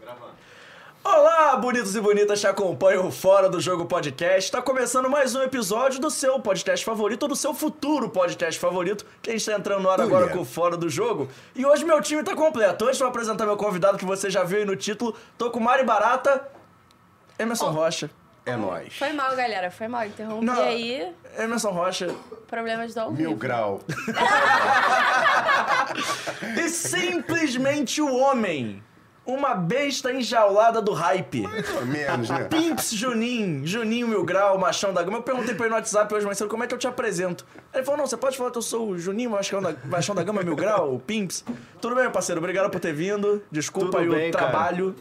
gravando. Olá, bonitos e bonitas que acompanham o Fora do Jogo Podcast. Tá começando mais um episódio do seu podcast favorito, ou do seu futuro podcast favorito, que a gente tá entrando no ar agora yeah. com o Fora do Jogo. E hoje meu time tá completo. Antes de eu apresentar meu convidado, que você já viu aí no título, tô com Mari Barata, Emerson Rocha. É nóis. Foi mal, galera. Foi mal. Interrompi Não. aí. Emerson Rocha. Problemas do ao Mil vivo. grau. E simplesmente o homem. Uma besta enjaulada do hype. Pelo menos, Tá né? Pimps Juninho, Juninho Mil Grau, Machão da Gama. Eu perguntei pra ele no WhatsApp hoje, mas como é que eu te apresento? Ele falou: não, você pode falar que eu sou o Juninho Machão da, Machão da Gama Mil Grau, o Pimps. Tudo bem, meu parceiro? Obrigado por ter vindo. Desculpa Tudo aí o bem, cara. trabalho.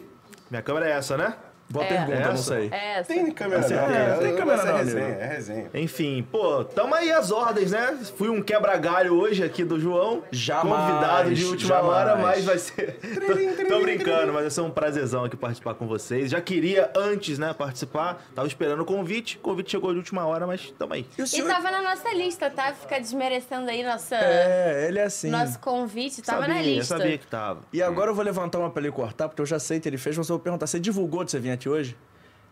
Minha câmera é essa, né? Boa É. pergunta, não Essa? sei. É, essa. Tem câmera Sim, não, é, cara. tem câmera Mas não, é resenha, amigo. é resenha. Enfim, pô, tamo aí as ordens, né? Fui um quebra-galho hoje aqui do João. Jamais, Convidado de última jamais. hora, mas vai ser. tô, tô brincando, mas vai ser um prazerzão aqui participar com vocês. Já queria antes, né, participar. Tava esperando o convite. O convite chegou de última hora, mas tamo aí. E o E senhor... tava na nossa lista, tá? Fica desmerecendo aí nossa, É, ele é assim. nosso convite. Tava sabia, na eu lista. sabia que tava. E agora eu vou levantar uma pra ele cortar, porque eu já sei que ele fez, mas eu vou perguntar: você divulgou de você vir aqui hoje?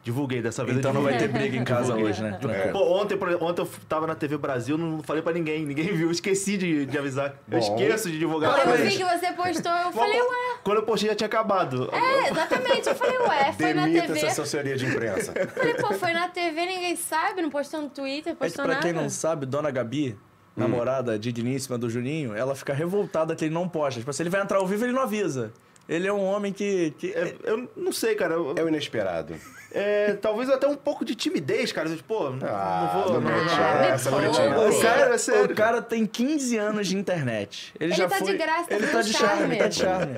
Divulguei dessa vez. eu Então não vai ter divulguei. briga em casa hoje, né? Tranquilo. Pô, ontem, por exemplo, ontem eu f- tava na TV Brasil, não falei pra ninguém, ninguém viu, esqueci de, de avisar. Eu Bom. esqueço de divulgar. Quando eu Mas- vi que você postou, eu falei, ué. Quando eu postei já tinha acabado. É, exatamente. Eu falei, ué, foi na Demita TV. essa assessoria de imprensa. Falei, pô, foi na TV, ninguém sabe, não postou no Twitter, É que postou pra nada. quem não sabe, Dona Gabi, Hum. namorada digníssima do Juninho, ela fica revoltada que ele não posta. Tipo, se ele vai entrar ao vivo, ele não avisa. Ele é um homem que. que- É, eu não sei, cara. Eu- É o inesperado. é, talvez até um pouco de timidez, cara. Tipo, Pô, não, Ah, não vou. não Não, vou não. tirar me essa, não vou poupe. tirar o, essa. cara, sério, é sério. o cara tem 15 anos de internet. Ele, Ele já tá de foi- graça, tá ele de tá de charme. charme. Tá de charme.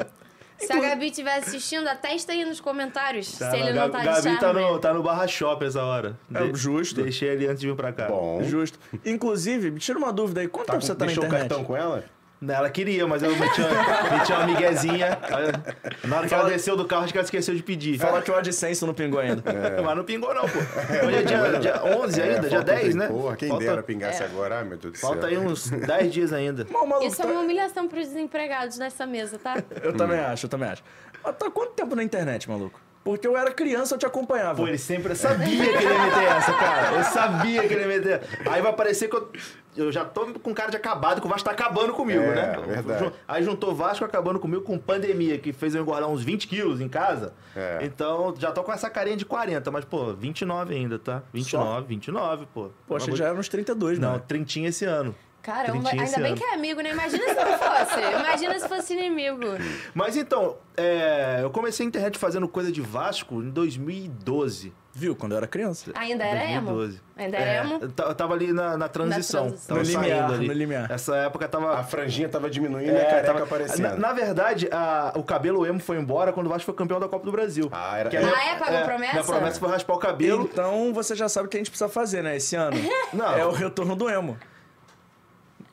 Se a Gabi estiver assistindo, atesta aí nos comentários se ele não Gabi, tá de Gabi tá charme. no, tá no barra shop essa hora. É, justo. Deixei ele antes de vir pra cá. Bom. Justo. Inclusive, me tira uma dúvida aí: quanto Tá tempo com- você tá na deixou o internet? cartão com ela? Não, Ela queria, mas eu meti uma, meti uma miguezinha. Aí, Na hora que ela desceu do carro, acho que ela esqueceu de pedir. É. Fala que o AdSense não pingou ainda. Mas não pingou, não, pô. Hoje é dia, dia 11 ainda, É, dia falta um 10, né? Porra, quem falta, dera É. pingasse agora, ai meu Deus do céu. falta aí uns 10 dias ainda. Mas o maluco Isso é tá- uma humilhação pros desempregados nessa mesa, tá? Eu também Hum. acho, eu também acho. Mas tá quanto tempo na internet, maluco? Porque eu era criança, eu te acompanhava. Pô, ele sempre eu É. sabia que ele ia meter essa, cara. Eu sabia que ele ia meter. Aí vai parecer que eu, eu já tô com cara de acabado, que o Vasco tá acabando comigo, É, né? verdade. Ju- Aí juntou Vasco acabando comigo com pandemia, que fez eu engordar uns 20 quilos em casa. É. Então já tô com essa carinha de 40, mas, pô, 29 ainda, tá? 29, 29, pô. Poxa, Pelo ele já era uns 32, amor de- Não, mano. trintinha esse ano. Caramba, Trintinha ainda esse bem ano. que é amigo, né? Imagina se não fosse. Imagina se fosse inimigo. Mas então, é, eu comecei a internet fazendo coisa de Vasco em 2012. Viu? Quando eu era criança. Ainda era emo? 2012. Ainda É. era emo? eu ta- Eu tava ali na, na transição. transição. Tava No limiar, saindo ali. no limiar. Essa época A tava. franjinha tava diminuindo e é, a careca tava- aparecendo. na, na verdade, a- o cabelo emo foi embora quando o Vasco foi campeão da Copa do Brasil. Ah, era- Que Ah, é? Pagou promessa? Minha promessa foi raspar o cabelo. Então você já sabe o que a gente precisa fazer, né? Esse ano. Não. É o retorno do emo.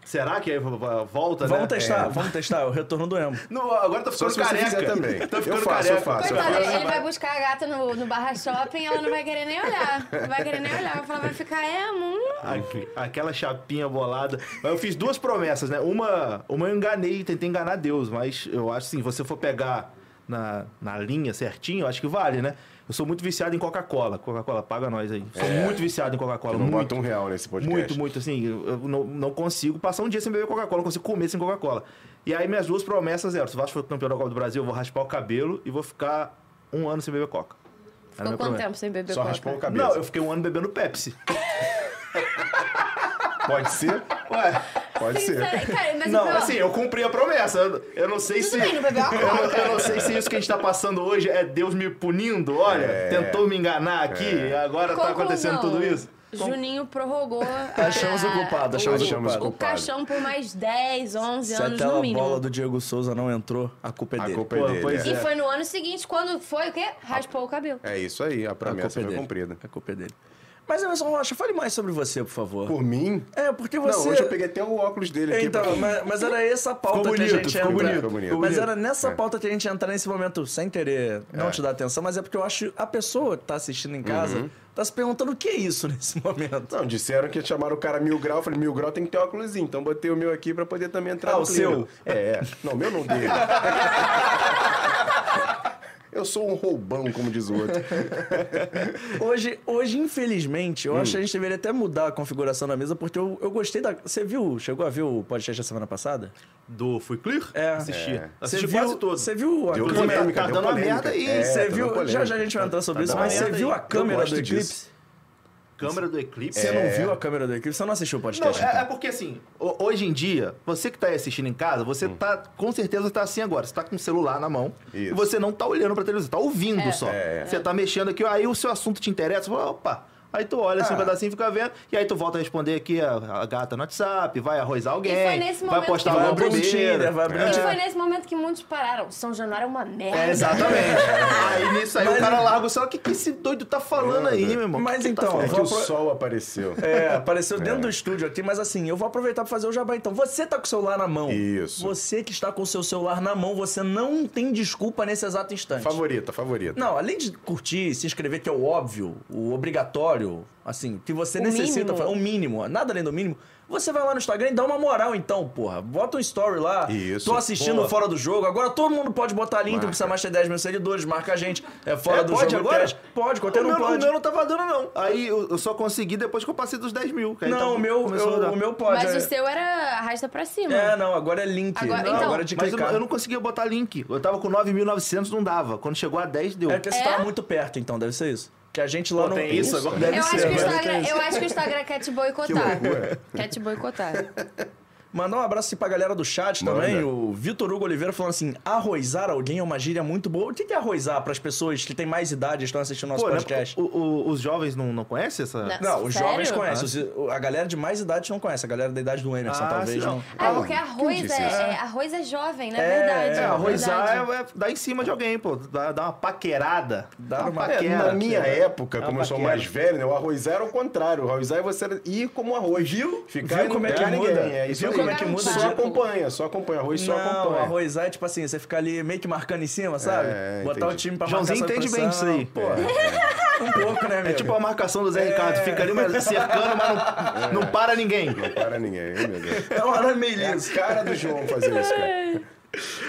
Será que aí vo- vo- volta, né? Vamos testar, É. vamos testar. É o retorno do emo. Não, agora tá Só ficando se você careca. quiser também. Tá Eu ficando faço, eu careca. faço. eu Coitado, faço. ele, ele vai buscar a gata no, no barra shopping, ela não vai querer nem olhar. Não vai querer nem olhar. Vai falar, vai ficar emo? hum. Aque- Aquela chapinha bolada. Mas eu fiz duas promessas, né? Uma, uma eu enganei, tentei enganar Deus, mas eu acho assim, se você for pegar na, na linha certinho, eu acho que vale, né? Eu sou muito viciado em Coca-Cola. Coca-Cola, paga nós aí. Sou muito viciado em Coca-Cola. Não É. Muito, bota um real nesse podcast. muito, muito, assim. Eu eu não, não consigo passar um dia sem beber Coca-Cola, não consigo comer sem Coca-Cola. E aí minhas duas promessas eram, se o Vasco for campeão da Copa do Brasil, eu vou raspar o cabelo e vou ficar um ano sem beber Coca. Era a minha Ficou quanto promessa. tempo sem beber Só coca? raspou o cabelo. Não, eu fiquei um ano bebendo Pepsi. Pode ser? Ué... Pode ser. Sincera- Cara, mas o Não, pior, assim, É, eu cumpri a promessa. Eu, eu não sei Tudo se. bem, então. não bebeu álcool, eu, não- eu não sei se isso que a gente tá passando hoje é Deus me punindo. Olha, tentou me enganar aqui e agora conclusão, tá acontecendo tudo isso. Juninho prorrogou a- Achamos o culpado, achamos o culpado. O caixão por mais 10, 11 é Se anos aquela no mínimo. bola do Diego Souza não entrou, a culpa é A dele. culpa é Pô, dele. pois é. E foi no ano seguinte, quando foi o quê? Raspou o cabelo. É isso aí, a A promessa culpa é foi dele. cumprida. A culpa é dele. Mas Emerson Rocha, fale mais sobre você, por favor. Por mim? É, porque você. Não, hoje eu peguei até o óculos dele aqui. pra- Então, mas, mas era essa a pauta Ficou que a bonito, gente ia ficou entrar. bonito, ficou bonito. É. Mas Ficou era nessa pauta que a gente ia entrar nesse momento, sem querer não te dar atenção, mas é porque eu acho a pessoa que tá assistindo em casa Uhum. tá se perguntando o que é isso nesse momento. Não, disseram que chamaram o cara mil grau. Eu falei, mil grau tem que ter óculos, então botei o meu aqui pra poder também entrar É, Ah, no o clima. seu? É, é. Não, o meu não dele. Eu sou um roubão, como diz o outro. Hoje, hoje, infelizmente, eu acho que a gente deveria até mudar a configuração da mesa, porque eu, eu gostei da. Você viu, chegou a ver o podcast da semana passada? Do Fui Clear? É. Assisti. É. Assisti viu, quase todos. Você viu a Deu Inclusive, câmera? tá- tá deu dando uma polêmica. merda aí, hein? É, Você tá viu, dando polêmica. já já a gente vai entrar sobre Tá isso, dando mas uma você merda viu aí. a câmera gosto do disso. Eclipse? Câmera do Eclipse. Você não viu a câmera do Eclipse? Você não assistiu o Não, podcast? é, é porque assim, ho- hoje em dia, você que tá aí assistindo em casa, você tá, com certeza tá assim agora. Você tá com o celular na mão Isso. e você não tá olhando pra televisão, tá ouvindo É. só. É. Você tá mexendo aqui, aí o seu assunto te interessa, você fala, opa. Aí tu olha assim um Ah. pedacinho, fica vendo, e aí tu volta a responder aqui a, a gata no WhatsApp, vai arrozar alguém, E foi nesse vai momento postar que Vai alguma abrir um Tinder, bobeira. vai abrir um E Tinder. foi nesse momento que muitos pararam. São Januário é uma merda. É, exatamente. aí nisso aí Mas- o cara larga o celular, o que, que esse doido tá falando aí, meu irmão? Mas Que que tá então, falando?" É que Vou o apro- sol apareceu. É, apareceu dentro É. do estúdio aqui, mas assim, eu vou aproveitar pra fazer o jabá então. Você tá com o celular na mão. Isso. Você que está com o seu celular na mão, você não tem desculpa nesse exato instante. Favorita, favorita. Não, além de curtir, se inscrever, que é o óbvio, o obrigatório, assim, que você O necessita, mínimo. o mínimo, nada além do mínimo, você vai lá no Instagram e dá uma moral então, porra. Bota um story lá. Isso, Tô assistindo boa. Fora do Jogo. Agora todo mundo pode botar link, não precisa mais ter 10 mil seguidores, marca a gente. É Fora É, do pode Jogo agora? Cast. Pode, qualquer o, um meu, o pode. meu não tava dando, não. Aí eu, eu só consegui depois que eu passei dos 10 mil. que aí Não, tava- o meu, é, então. começou a eu- dar. o meu pode. Mas é. o seu era arrasta pra cima. É, não, agora é link. Agora- não, então- agora é de Mas eu, clicar. não- eu não conseguia botar link. Eu tava com 9.900, não dava. Quando chegou a 10, deu. É porque você É? tava muito perto, então, deve ser isso. Que a gente lá Pô, no. tem isso Puta. agora? Deve Eu acho, ser, que é o agora Instagram, tem é isso. eu acho que o Instagram é quer te boicotar. Quer te boicotar. Tá Mandar um abraço assim pra galera do chat Manda. também. O Vitor Hugo Oliveira falando assim: arrozar alguém é uma gíria muito boa. O que que é arrozar pras pessoas que têm mais idade e estão assistindo nosso Pô, né, podcast? o- o- os jovens não, não conhecem essa? Não. Não, os Sério? jovens conhecem. os- A galera de mais idade não conhece. A galera da idade do Emerson, Ah, talvez. sim, Não. não. Ah, porque arroz disse isso? é, é- arroz é jovem, né? É, verdade. É, é, arrozar verdade. é, é dar em cima de alguém, pô. Dá, dá uma paquerada. Dá uma- É, na minha sei lá. época, É Dá como uma eu sou paquera. mais velho, né? O arrozar era o contrário. O arrozar é você ir como arroz. Viu? Ficar Viu e não como é que pegar muda? ninguém. É isso Viu aí. como é que muda Só de- acompanha, só acompanha. Arroz só Não, acompanha. arrozar é tipo assim, você fica ali meio que marcando em cima, sabe? É, Botar entendi. o time pra Joãozinho marcar sob entende bem pressão. disso aí. É, Pô, um pouco, né, amigo? É tipo a marcação do Zé É. Ricardo. Fica ali mas cercando, mas não, não para ninguém. Não para ninguém, hein, meu Deus. É um arame É liso. a cara do João fazer isso, cara.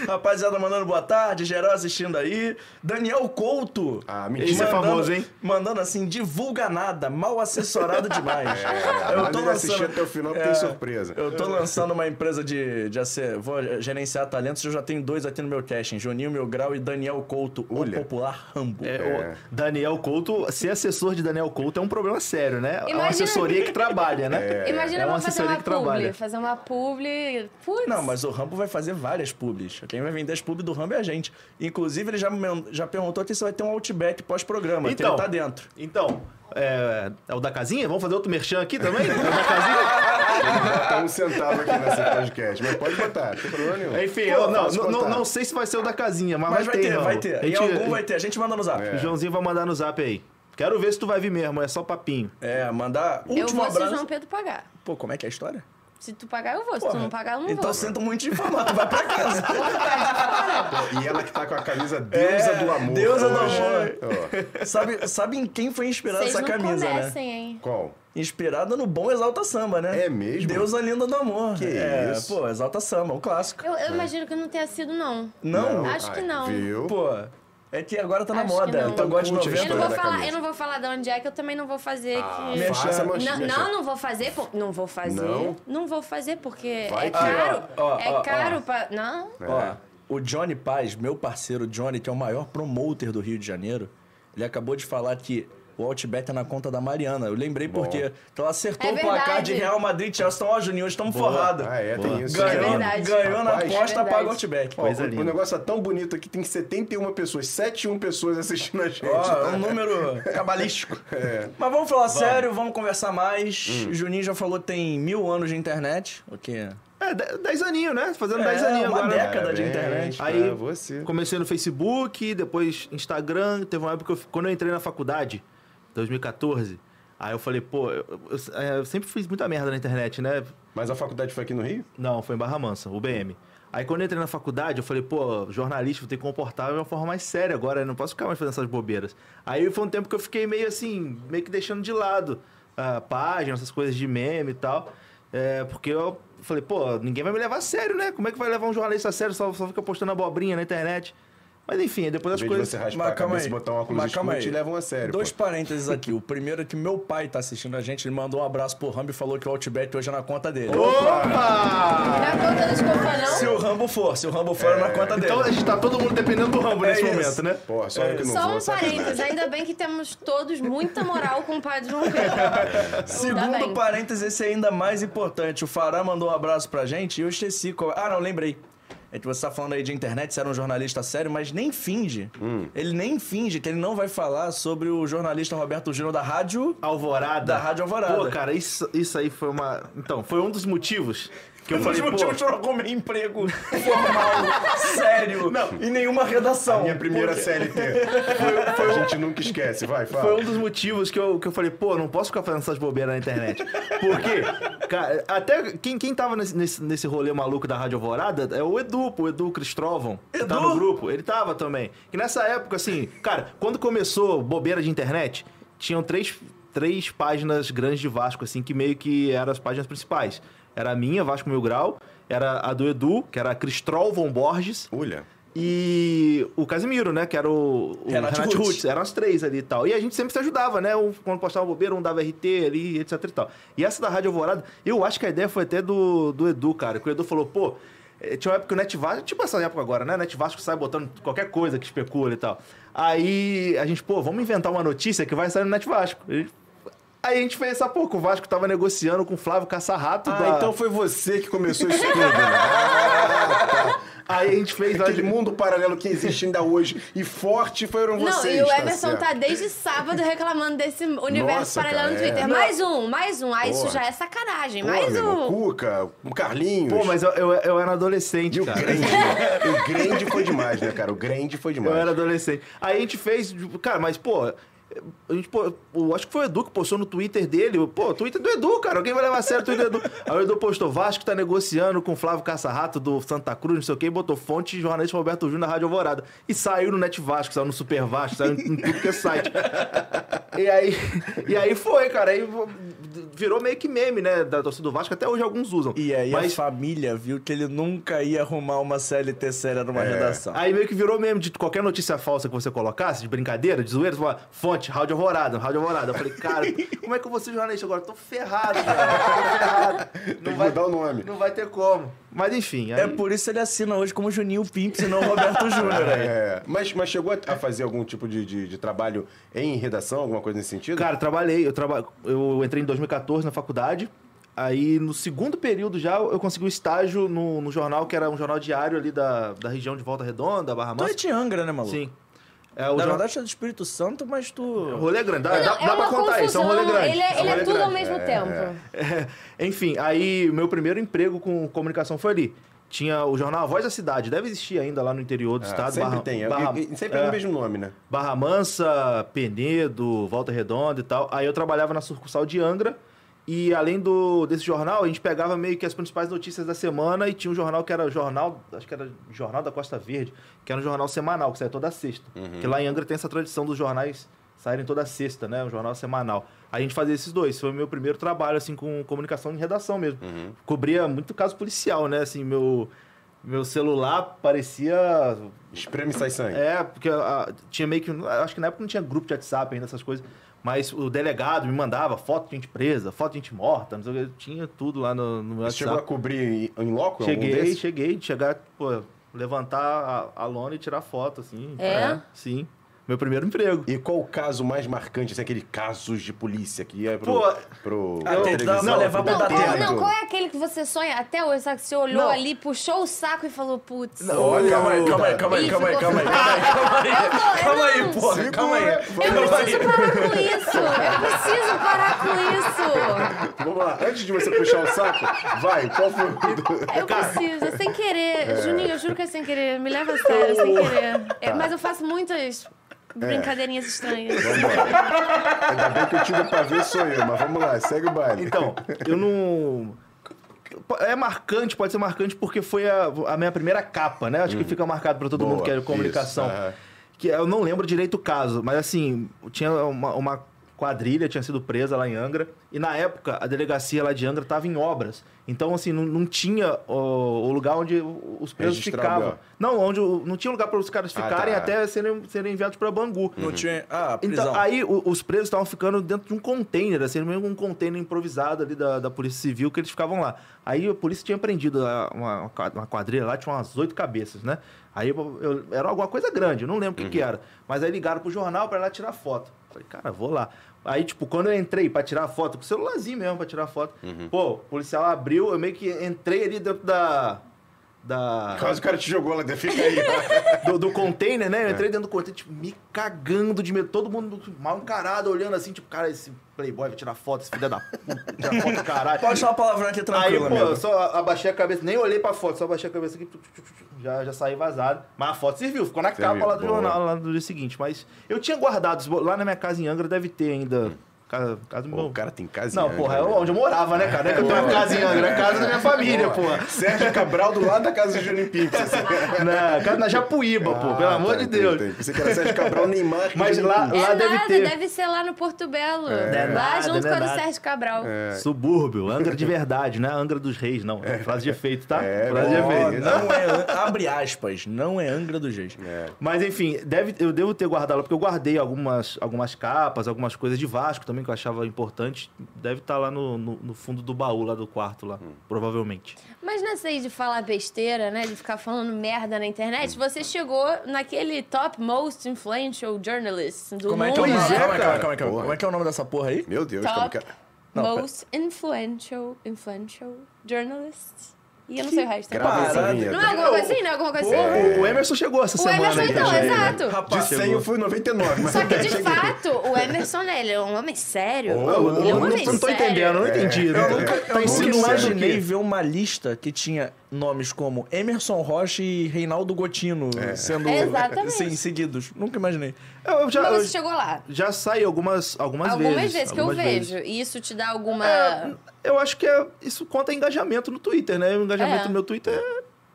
Rapaziada mandando boa tarde, geral assistindo aí. Daniel Couto. Ah, mentira. Esse é famoso, hein? Mandando assim, divulga nada, mal assessorado demais. É, mas ele assistiu até o final porque tem surpresa. É, Eu tô lançando uma empresa de, de asse- vou gerenciar talentos, eu já tenho dois aqui no meu casting, Juninho Meu Grau e Daniel Couto, Olha. o popular Rambo. É, É. o Daniel Couto, ser assessor de Daniel Couto é um problema sério, né? É uma Imagina- assessoria que trabalha, né? Imagina é uma vamos fazer assessoria uma que publi. trabalha. Fazer uma publi. Putz. Não, mas o Rambo vai fazer várias pubs. Quem vai vender as pubs do Rambo é a gente. Inclusive, ele já, men- já perguntou que se vai ter um outback pós-programa. Então, Então. ele tá dentro. Então, é, é o da casinha? Vamos fazer outro merchan aqui também? É o da casinha? Tá um centavo aqui nesse podcast. Mas pode botar, não tem problema nenhum. Enfim, Pô, eu, não, posso não, botar. não sei se vai ser o da casinha, mas, Mas vai ter, Rambo. vai ter. A Em gente- É. algum vai ter. A gente manda no zap. O Joãozinho vai mandar no zap aí. Quero ver se tu vai vir mesmo, é só papinho. É, mandar. eu Último vou se o abraço. João Pedro pagar. Pô, como é que é a história? Se tu pagar, eu vou. Se tu não pagar, um eu não então vou. sinto muito de falar, tu vai pra casa. E ela que tá com a camisa deusa É, do amor. deusa do hoje. amor. Ó, sabe, sabe em quem foi inspirada Vocês essa não camisa, né? comecem, hein? qual? Inspirada no bom Exalta Samba, né? É mesmo? Deusa linda do amor. Que é, isso? Pô, Exalta Samba, um clássico. Eu, eu imagino que não tenha sido, não. Não? Acho que Ai, não. Viu? Pô, é que agora tá na Acho que moda. não. Então gosta de Curte a Eu não, história vou da novela. falar, camisa. eu não vou falar de onde é que eu também não vou fazer Ah, que. Merchan. faça, mas- Não, merchan. não, não vou fazer, pô. Não vou fazer. Não? Não, vou fazer, porque Vai é que- caro. Ó, ó, ó, é ó. caro pra. Não. É. Ó, o Johnny Paz, meu parceiro Johnny, que é o maior promoter do Rio de Janeiro, ele acabou de falar que o Outback é na conta da Mariana. Eu lembrei porque ela acertou É o placar de verdade. Real Madrid e Chelsea. Então, ó, Juninho, hoje estamos forrados. Ah, é, Boa. tem isso. É Ganhou, verdade. ganhou na Rapaz, aposta, é verdade. paga o Outback. Ó, Ó, Coisa o, linda. o negócio é tão bonito aqui, tem 71 pessoas, 71 pessoas assistindo a gente. É. é um número cabalístico. Mas vamos falar sério, vamos conversar mais. Hum. Juninho já falou que tem mil anos de internet. O quê? É, de- dez aninhos, né? Fazendo É, 10 aninhos uma agora. né? década. Parabéns de internet. pra Aí, você. Comecei no Facebook, depois Instagram. Teve uma época que eu, fi- quando eu entrei na faculdade, 2014. Aí eu falei, pô, eu, eu- eu sempre fiz muita merda na internet, né? Mas a faculdade foi aqui no Rio? Não, foi em Barra Mansa, UBM. Aí quando eu entrei na faculdade, eu falei, pô, jornalista, vou ter que comportar de uma forma mais séria agora, eu não posso ficar mais fazendo essas bobeiras. Aí foi um tempo que eu fiquei meio assim, meio que deixando de lado a página, essas coisas de meme e tal. É, porque eu falei, pô, ninguém vai me levar a sério, né? Como é que vai levar um jornalista a sério? Só, só fica postando abobrinha na internet. Mas enfim, aí depois Em as vez de coisas. você raspar a cabeça e botar um óculos Mas calma escuro, aí. te levam a sério. Dois pô. parênteses aqui. O primeiro é que meu pai tá assistindo a gente, ele mandou um abraço pro Rambo e falou que o Outback hoje é na conta dele. Opa! Não é conta da desculpa, não? Se o Rambo for, se o Rambo for, é na conta dele. Então a gente tá todo mundo dependendo do Rambo É nesse isso. momento, né? Porra, só eu que não Só vou, um sacanagem. parênteses, ainda bem que temos todos muita moral com o padre João Pedro. Ainda Segundo bem. parênteses, esse é ainda mais importante. O Fará mandou um abraço pra gente e eu esqueci qual. Ah, não, lembrei. É que você tá falando aí de internet, você era um jornalista sério, mas nem finge. Hum. Ele nem finge que ele não vai falar sobre o jornalista Roberto Gino da rádio. Alvorada. Da Rádio Alvorada. Pô, cara, isso, isso aí foi uma. Então, foi um dos motivos que eu Por falei, algum motivo, pô. tirou como emprego formal, sério, e nenhuma redação. Minha primeira CLT. Foi- foi- a gente nunca esquece, vai, fala. um- Foi um dos motivos que eu, que eu falei, pô, não posso ficar fazendo essas bobeiras na internet. Porque, cara, até quem, quem tava nesse, nesse, nesse rolê maluco da Rádio Alvorada é o Edu, pô, o Edu Cristóvão, que tá Edu? no grupo. Ele tava também. Que nessa época, assim, cara, quando começou bobeira de internet, tinham três, três páginas grandes de Vasco, assim, que meio que eram as páginas principais. Era a minha, Vasco Mil Grau, era a do Edu, que era Cristóvão Borges, Olha. e o Casimiro, né? Que era o, o Renato Renato, Rutz. Rutz. Eram as três ali e tal. E a gente sempre se ajudava, né? Um, quando postava bobeira, um dava RT ali, etc e tal. E essa da Rádio Alvorada, eu acho que a ideia foi até do, do Edu, cara. Que o Edu falou, pô... eh, Tinha uma época que o Net Vasco, tipo essa época agora, né? Net Vasco sai botando qualquer coisa que especula e tal. Aí a gente, pô, vamos inventar uma notícia que vai sair no Net Vasco. A gente- Aí a gente fez essa, pô, que o Vasco tava negociando com o Flávio Caçarrato. da... Ah, então foi você que começou isso tudo. né? Ah, tá. Aí a gente fez. Aquele mundo paralelo que existe ainda hoje e forte foram Não, vocês. e o Emerson certo. tá, desde sábado reclamando desse universo Nossa, paralelo no cara, é. Twitter. Mais um, mais um. Ah, isso Porra. já é sacanagem. Pô, mais meu irmão, um. Cuca, o Carlinhos. Pô, mas eu, eu, eu era adolescente, E o cara. grande. né? o grande foi demais, né, cara? O grande foi demais. Eu era adolescente. Aí a gente fez. Cara, mas, pô. A gente, pô, eu acho que foi o Edu que postou no Twitter dele. Pô, Twitter do Edu, cara. Alguém vai levar a sério o Twitter do Edu. Aí o Edu postou: Vasco tá negociando com o Flávio Caçarrato do Santa Cruz, não sei o quê, e botou fonte jornalista Roberto Júnior na Rádio Alvorada. E saiu no Net Vasco, saiu no Super Vasco, saiu em tudo que é site. E aí, e aí foi, cara. Aí virou meio que meme, né? Da torcida do Vasco, até hoje alguns usam. E aí Mas- a família viu que ele nunca ia arrumar uma CLT séria numa redação. Aí meio que virou mesmo de qualquer notícia falsa que você colocasse, de brincadeira, de zoeira, você falava, fonte, Rádio Alvorada, Rádio Alvorada. Eu falei, cara, como é que eu vou ser jornalista agora? Eu Tô ferrado, cara. Tô ferrado. que mudar o nome. Não vai ter como. Mas enfim, aí... É por isso ele assina hoje como Juninho Pimps e não Roberto Júnior. né? É, mas, mas chegou a fazer algum tipo de, de- de trabalho em redação, alguma coisa nesse sentido? Cara, eu trabalhei, eu, traba... eu entrei em 2014 na faculdade. Aí, no segundo período já, eu consegui um estágio no, no jornal, que era um jornal diário ali da, da região de Volta Redonda, Barra Tu é Mansa. de Angra, né, maluco? Sim. É, o Na jornal... verdade, tu é do Espírito Santo, mas tu... Rolê grande, dá, Ah, Não, dá, dá pra contar isso, é um rolê grande. Ele é, ele é rolê tudo ao grande. mesmo É, tempo. É, Enfim, aí meu primeiro emprego com comunicação foi ali. Tinha o jornal A Voz da Cidade, deve existir ainda lá no interior do Ah, estado. sempre Barra- tem. é- Barra- e- e sempre é. o é, mesmo nome, né? Barra Mansa, Penedo, Volta Redonda e tal. Aí eu trabalhava na sucursal de Angra. E além do, desse jornal, a gente pegava meio que as principais notícias da semana e tinha um jornal que era o jornal, acho que era Jornal da Costa Verde, que era um jornal semanal, que saía toda sexta. Que lá em Angra tem essa tradição dos jornais saírem toda sexta, né? Um jornal semanal. A gente fazia esses dois. Foi o meu primeiro trabalho, assim, com comunicação e redação mesmo. Cobria muito caso policial, né? Assim, meu, meu celular parecia Espreme e sai sangue. é, porque ah, tinha meio que. Acho que na época não tinha grupo de WhatsApp ainda, essas coisas. Mas o delegado me mandava foto de gente presa, foto de gente morta, não sei o que. Tinha tudo lá no, no meu Você chegou a WhatsApp. cobrir em em loco algum cheguei, desses? cheguei, de chegar, pô, levantar a, a lona e tirar foto, assim. É? sim. Meu primeiro emprego. E qual o caso mais marcante, assim, aquele casos de polícia que ia pro... Pô, pro eu- pra televisão, Não, levar pro pra Não, dar qual, teatro? tempo. não, qual é aquele que você sonha até hoje, sabe? Que você olhou Tá Não. ali, puxou o saco e falou, putz. Olha, calma aí, calma aí, calma aí, Ih, calma aí, ficou calma aí, calma aí, calma aí, Eu tô- eu calma aí, não- porra, calma aí. Eu Calma aí. preciso parar com isso! Eu preciso parar com isso! é? Vamos lá, antes de você puxar o saco, vai, qual foi o... Eu preciso, é sem querer. Juninho, eu juro que é sem querer. Me leva a sério, é sem querer. Tá. É, mas eu faço É. muitas brincadeirinhas estranhas. Vambora. Ainda bem que eu tive pra ver sou eu, mas vamos lá, segue o baile. Então, eu não. É marcante, pode ser marcante porque foi a, a minha primeira capa, né? Acho que fica marcado pra todo Uhum. Boa, mundo que é isso, comunicação. aham. Que eu não lembro direito o caso, mas assim, tinha uma, uma quadrilha, tinha sido presa lá em Angra, e na época a delegacia lá de Angra estava em obras. Então, assim, não, não tinha ó, o lugar onde os presos Registrar o ficavam. BO. Não, onde o- não tinha lugar para os caras Ah, ficarem tá. Uhum. até serem, serem enviados para Bangu. Não tinha. Ah, prisão. Então, aí o- os presos estavam ficando dentro de um container, assim, meio um container improvisado ali da, da Polícia Civil, que eles ficavam lá. Aí a polícia tinha prendido a- uma, uma qua- uma quadrilha lá, tinha umas oito cabeças, né? Aí eu- eu- era alguma coisa grande, eu não lembro o que que, era. Mas aí ligaram pro jornal pra ir lá tirar foto. Falei, cara, vou lá. Aí, tipo, quando eu entrei pra tirar foto, com o celularzinho mesmo pra tirar foto, pô, o policial abriu, eu meio que entrei ali dentro da. Da Quase o cara te jogou lá dentro, fica aí. tá? do, do container, né? Eu É. entrei dentro do container, tipo, me cagando de medo. Todo mundo mal encarado, olhando assim, tipo, cara, esse playboy vai tirar foto, esse filho da puta, tira foto, caralho. Pode falar palavrão aqui Aí, tranquilo, pô, amigo. eu só abaixei a cabeça, nem olhei pra foto, só abaixei a cabeça aqui, tu, tu, tu, tu, já, já saí vazado. Mas a foto serviu, ficou na Serviu, capa lá do boa. jornal, lá do dia seguinte. Mas eu tinha guardado, isso, lá na minha casa em Angra deve ter ainda. Casa, casa do Hum. Pô, meu- o cara tem casinha. Não, porra, é onde eu morava, né, cara? Não é que eu tenho uma casa em Angra, é a casa da minha família, porra. Sérgio Cabral do lado da casa do Juninho Pimps. assim. Na, casa na Japuíba, pô, pelo Ah, amor tá, de entendi, Deus. entendi. Pensei que era Sérgio Cabral, Neymar. Mas Juninho lá- Pimps. É Lá nada, deve deve, ter. ser lá no Porto Belo. É lá nada, junto não é com o nada. Sérgio Cabral. Subúrbio, Angra de verdade, não é Angra dos Reis, não. É frase de efeito, tá? É, frase de bom, efeito. Ó, não é. an- Abre aspas, não é Angra do Jeito. É. Mas enfim, deve, eu devo ter guardado lá, porque eu guardei algumas, algumas capas, algumas coisas de Vasco também que eu achava importante. Deve estar lá no, no, no fundo do baú, lá do quarto, lá, provavelmente. Mas nessa aí de falar besteira, né? De ficar falando merda na internet, você chegou naquele top most influential journalist do Como é que mundo. é o nome? Pois é, Calma, aí, calma, aí, cara. calma, aí, calma. aí. Porra. Como é que é o nome dessa porra aí? Meu Deus, como que... Top Não, pera. most influential, influential journalist. E eu não sei o resto. Grava essa Parada. vinheta. Não é alguma coisa assim? Não é alguma coisa assim? O, o Emerson chegou essa O semana. Emerson, aí, então, né? exato. De Rapaz, 100 eu fui 99, mas... Só que, de fato, o Emerson, né, ele é um homem sério. Eu, eu, ele é um não, homem eu não tô sério. entendendo, eu não entendi. né? É. É. Eu nunca, eu Tá nunca insinuando o quê? imaginei ver uma lista que tinha nomes como Emerson Rocha e Reinaldo Gotino É. sendo É, Exatamente. assim, seguidos. Nunca imaginei. Eu, já, Mas eu você chegou lá. já saí algumas, algumas, algumas vezes, vezes. que eu algumas vezes. vejo. E isso te dá alguma. É, eu acho que é- isso conta engajamento no Twitter, né? O engajamento É. no meu Twitter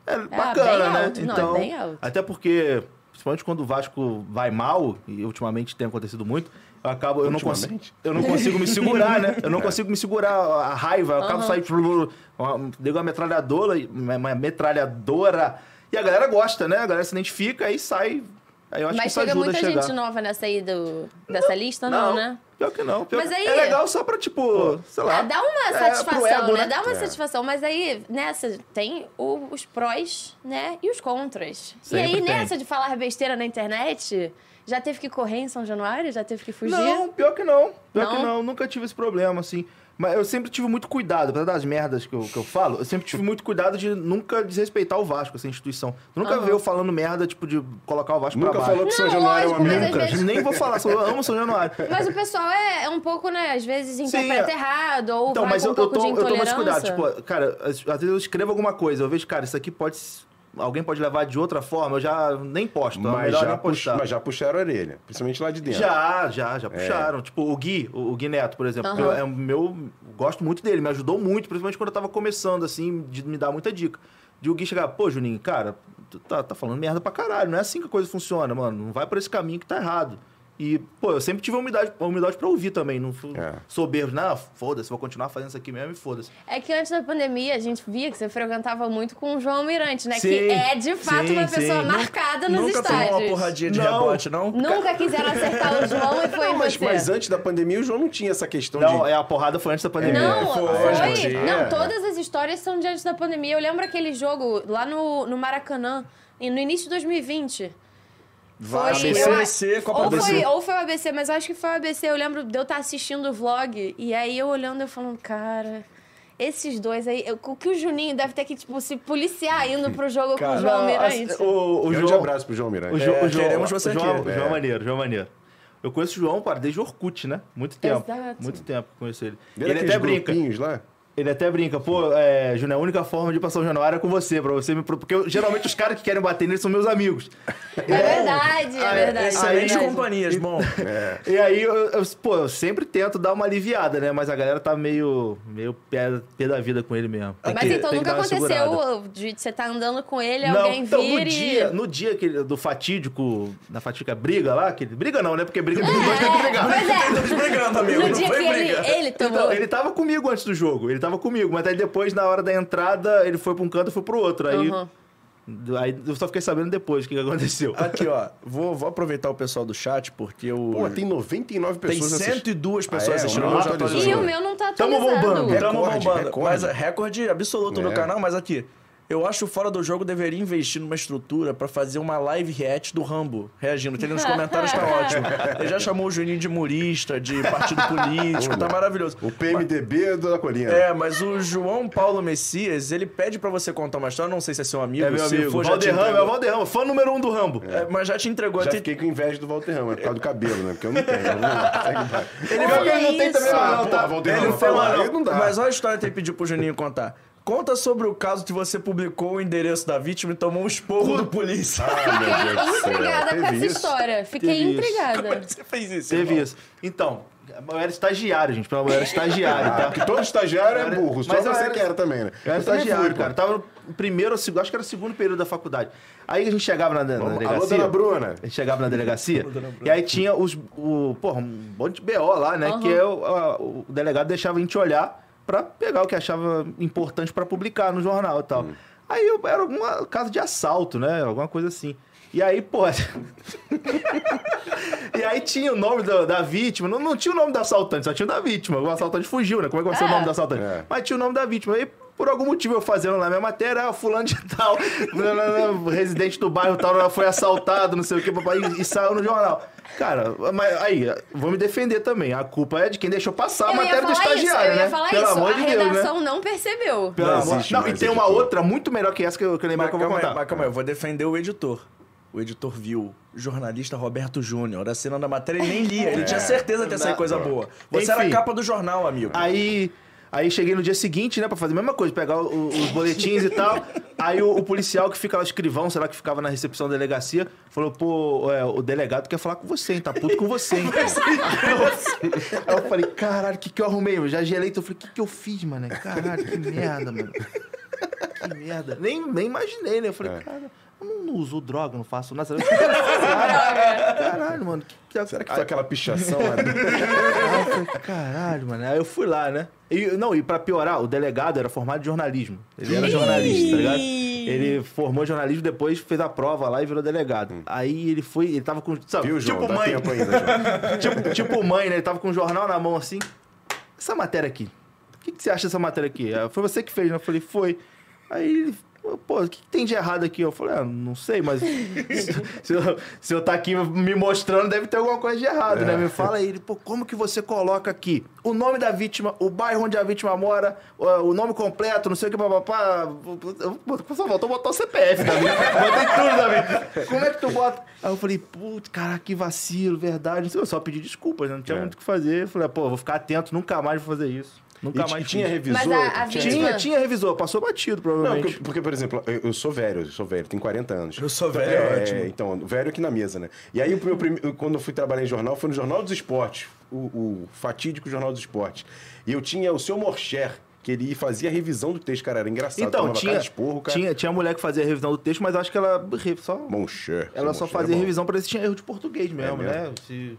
é, é bacana, né? alto. Não, é bem alto. Até porque, principalmente quando o Vasco vai mal, e ultimamente tem acontecido muito, eu acabo. Eu não, consigo, Ultimamente? eu não consigo me segurar, né? Eu não consigo me segurar a raiva, eu acabo saindo. blub, blub, Ligo uma metralhadora, uma uma metralhadora. E a galera gosta, né? A galera se identifica e sai. Aí eu acho que Mas isso chega ajuda muita a chegar. gente nova nessa aí do, dessa lista, não, né? Pior que não. Pior Mas que- aí- É legal só pra, tipo, sei lá. Ah, dá uma é, pro satisfação, ego, né? Dá uma É. satisfação. Mas aí, nessa, tem o- os prós, né? E os contras. Sempre e aí, tem. nessa de falar besteira na internet, já teve que correr em São Januário? Já teve que fugir? Não, pior que não. Pior Não? que não, nunca tive esse problema, assim. Mas eu sempre tive muito cuidado, apesar das merdas que eu, que eu falo, eu sempre tive muito cuidado de nunca desrespeitar o Vasco, essa instituição. Tu nunca Aham. viu eu falando merda, tipo, de colocar o Vasco Nunca pra baixo. falou que o São Não, Januário é um lógico, mas amigo. às Nunca. vezes- Nem vou falar, sou, eu amo São Januário. Mas o pessoal é, é um pouco, né? Às vezes interpreta é. errado, ou Então, vai mas com um eu, eu, pouco tomo, de eu tomo esse intolerância. cuidado. Tipo, cara, às, às vezes eu escrevo alguma coisa, eu vejo, cara, isso aqui pode. Alguém pode levar de outra forma, eu já nem posto. é Mas melhor já, nem pux... postar. mas já puxaram a orelha, principalmente lá de dentro. Já, já, já puxaram. Tipo, o Gui, o o Gui Neto, por exemplo, Aham. que eu- é o meu. Gosto muito dele, me ajudou muito, principalmente quando eu tava começando, assim, de me dar muita dica. De o Gui chegar, pô, Juninho, cara, tu tá, tá falando merda pra caralho, não é assim que a coisa funciona, mano. Não vai por esse caminho que tá errado. E, pô, eu sempre tive a humildade, a humildade pra ouvir também, não fui É. soberbo, não, foda-se, vou continuar fazendo isso aqui mesmo e foda-se. É que antes da pandemia a gente via que você frequentava muito com o João Almirante, né? que Sim, é de fato sim, uma sim. pessoa Nunca- marcada Tá nos Nunca tomou estádios. uma porradinha de Não. rebote, não? Nunca quiseram acertar o João e foi Não, mas, você. mas antes da pandemia o João não tinha essa questão Não, de... é, a porrada foi antes da pandemia. Não, foi, foi. foi. Não, todas as histórias são diante da pandemia. Eu lembro aquele jogo lá no, no Maracanã, em- no início de 2020. Vai, Foi- ABC, eu- ABC, Copa ou do foi, Brasil. ou foi o ABC, mas eu acho que foi o ABC. Eu lembro de eu estar assistindo o vlog e aí eu olhando eu falando, cara, esses dois aí, eu- o que o Juninho deve ter que tipo, se policiar indo pro jogo com o João é tipo, Almirante. assim, o, o Grande João, abraço pro João Miranda. O, Jo- É, o João, queremos você o João, aqui. o João É. Maneiro, João Maneiro. Eu conheço o João, cara, desde o Orkut, né? Muito tempo. Exato. Muito tempo que eu conheço ele. é Vira ele aqueles até brinca. grupinhos lá. Ele até brinca, pô, é, Júnior, a única forma de passar o Januário é com você, pra você me. pro- Porque eu- geralmente os caras que querem bater nele são meus amigos. É verdade, é verdade. Excelentes é verdade. companhias, bom. E aí, eu, eu- pô, eu sempre tento dar uma aliviada, né? Mas a galera tá meio, meio pé, pé da vida com ele mesmo. Tem Mas que- então tem que nunca dar uma segurada. aconteceu de você tá andando com ele, Não, alguém então vir no dia, no dia que ele- do fatídico, na fatídica briga lá, que ele- briga não, né? Porque briga tem dois tem que brigar. Pois é. Tô brigando, amigo. No não dia foi que ele, é- briga. ele tomou. Então, ele tava Então, comigo antes do jogo. Ele tava comigo. Mas aí depois, na hora da entrada, ele foi pra um canto e foi pro outro. Aí, Aham. aí eu só fiquei sabendo depois o que, que aconteceu. Aqui, ó. Vou, vou aproveitar o pessoal do chat, porque o. Pô, tem 99 tem pessoas assistindo. 102 pessoas Ah, é? assistindo. Não hoje, atualizou. atualizou. E o meu não tá Tamo atualizado. bombando. Tamo Recorde, bombando. recorde. Mas é recorde absoluto no né? É. canal, mas aqui. Eu acho que o fora do jogo deveria investir numa estrutura pra fazer uma live react do Rambo reagindo. Que ele nos comentários tá ótimo. Ele já chamou o Juninho de murista, de partido político, tá maravilhoso. O PMDB da colina. É, mas o João Paulo Messias, ele pede pra você contar uma história, não sei se é seu amigo, É meu se amigo. for já te Valderrama, é o entregou. Valderrama, fã número um do Rambo. É, mas já te entregou. Já Tem- fiquei com inveja do Walter Ramos, é por causa do cabelo, né? Porque eu não tenho. eu não- segue o baile. Ele vai ganhar não tem também, Ah, não, porra, tá? Walter Ele Ramos, foi fala, lá, aí não dá. Mas olha a história que ele pediu pro Juninho contar. Conta sobre o caso que você publicou o endereço da vítima e tomou um esporro do polícia. Ah, meu Deus do Fiquei céu, intrigada com teve essa isso? história. Fiquei Teve isso. intrigada. Você fez isso. Teve irmão? isso. Então, eu era estagiário, gente. pelo amor, Eu era estagiário, Ah, tá? porque todo estagiário Eu é era- burro, só mas eu você era- que era também, né? Eu era Eu também estagiário, fui, pô. cara. Eu Tava no primeiro ou segundo, acho que era o segundo período da faculdade. Aí a gente chegava na, na Vamos- delegacia. Alô, dona Bruna. A gente né? chegava na delegacia e aí tinha os. O, porra, um monte de BO lá, né? Aham. Que eu, a- o delegado deixava a gente olhar pra pegar o que achava importante pra publicar no jornal e tal. Aí eu, era algum caso de assalto, né? Alguma coisa assim. E aí, pô. e aí tinha o nome da, da vítima. Não, não tinha o nome do assaltante, só tinha o da vítima. O assaltante fugiu, né? Como é que vai ser o É. nome do assaltante? É. Mas tinha o nome da vítima. Aí, por algum motivo, eu fazendo lá minha matéria, ah, fulano de tal, residente do bairro tal, foi assaltado, não sei o que, papai, e, e saiu no jornal. Cara, mas aí, vou me defender também. A culpa é de quem deixou passar a Eu matéria ia do falar isso, estagiário, eu ia né? falar Pelo isso. amor A de Deus, né? redação não percebeu. Pelo Não amor... existe não, e mais tem esse uma tipo. outra muito melhor que essa que eu, que eu Mas lembrei que eu vou calma, contar. aí, mas calma aí, eu vou defender o editor. O editor viu. O jornalista Roberto Júnior, assinando a matéria, ele nem lia. Ele tinha certeza que ia sair coisa boa. Você era a É. Enfim. capa do jornal, amigo. Aí, aí cheguei no dia seguinte, né, pra fazer a mesma coisa, pegar o- os boletins e tal. Aí o, o policial que ficava, o escrivão, sei lá, que ficava na recepção da delegacia, falou, pô, é, o delegado quer falar com você, hein, tá puto com você, hein. aí, eu, aí eu falei, caralho, o que que eu arrumei, meu? Já gelei, então eu falei, o que que eu fiz, mano? Caralho, que merda, mano. Que merda. Nem, nem imaginei, né? Eu falei, cara, eu não, não uso droga, não faço nada. sabe? Caralho, mano, que, que, Será que foi aquela pichação lá? do- né? Aí eu falei, caralho, mano. Aí eu fui lá, né? E, não, e pra piorar, o delegado era formado de jornalismo. Ele era jornalista, tá ligado? Ele formou jornalismo, depois fez a prova lá e virou delegado. Aí ele foi, ele tava com. Sabe, Hum. Viu, João? tipo Dá mãe. tempo ainda, João. tipo, tipo mãe, né? Ele tava com um jornal na mão assim. Essa matéria aqui. O que, que você acha dessa matéria aqui? Ah, Foi você que fez, né? Eu falei, foi. Aí ele. Pô, o que, que tem de errado aqui? Eu falei, ah, não sei, mas se, se eu, se eu tá aqui me mostrando, deve ter alguma coisa de errado, né? Me fala aí, ele, pô, como que você coloca aqui o nome da vítima, o bairro onde a vítima mora, ah, o nome completo, não sei o que, papapá. Só faltou botar o CPF da vítima. Botei tudo da vítima. Como é que tu bota? Aí eu falei, putz, caraca, que vacilo, verdade. Não sei, eu só pedi desculpas, né? não tinha É. muito o que fazer. Eu falei, pô, vou ficar atento, nunca mais vou fazer isso. Nunca E mais tinha fiz. revisor? Mas a- a Tinha- vítima- Tinha, tinha revisor, passou batido, Não, provavelmente. porque, porque, por exemplo, eu, eu sou velho, eu sou velho, tenho 40 anos. Eu sou velho, é ótimo. Então, velho aqui na mesa, né? E aí, o meu prime- eu- quando eu fui trabalhar em jornal, foi no Jornal dos Esportes, o, o fatídico Jornal dos Esportes. E eu tinha o seu Morcher, que ele fazia a revisão do texto, cara, era engraçado. Então, tomava tinha, cada esporro, cara. tinha, tinha mulher que fazia a revisão do texto, mas eu acho que ela re- só, Moncher. ela seu só Moncher é fazia bom. É revisão para se tinha erro de português mesmo, mesmo? né? Se-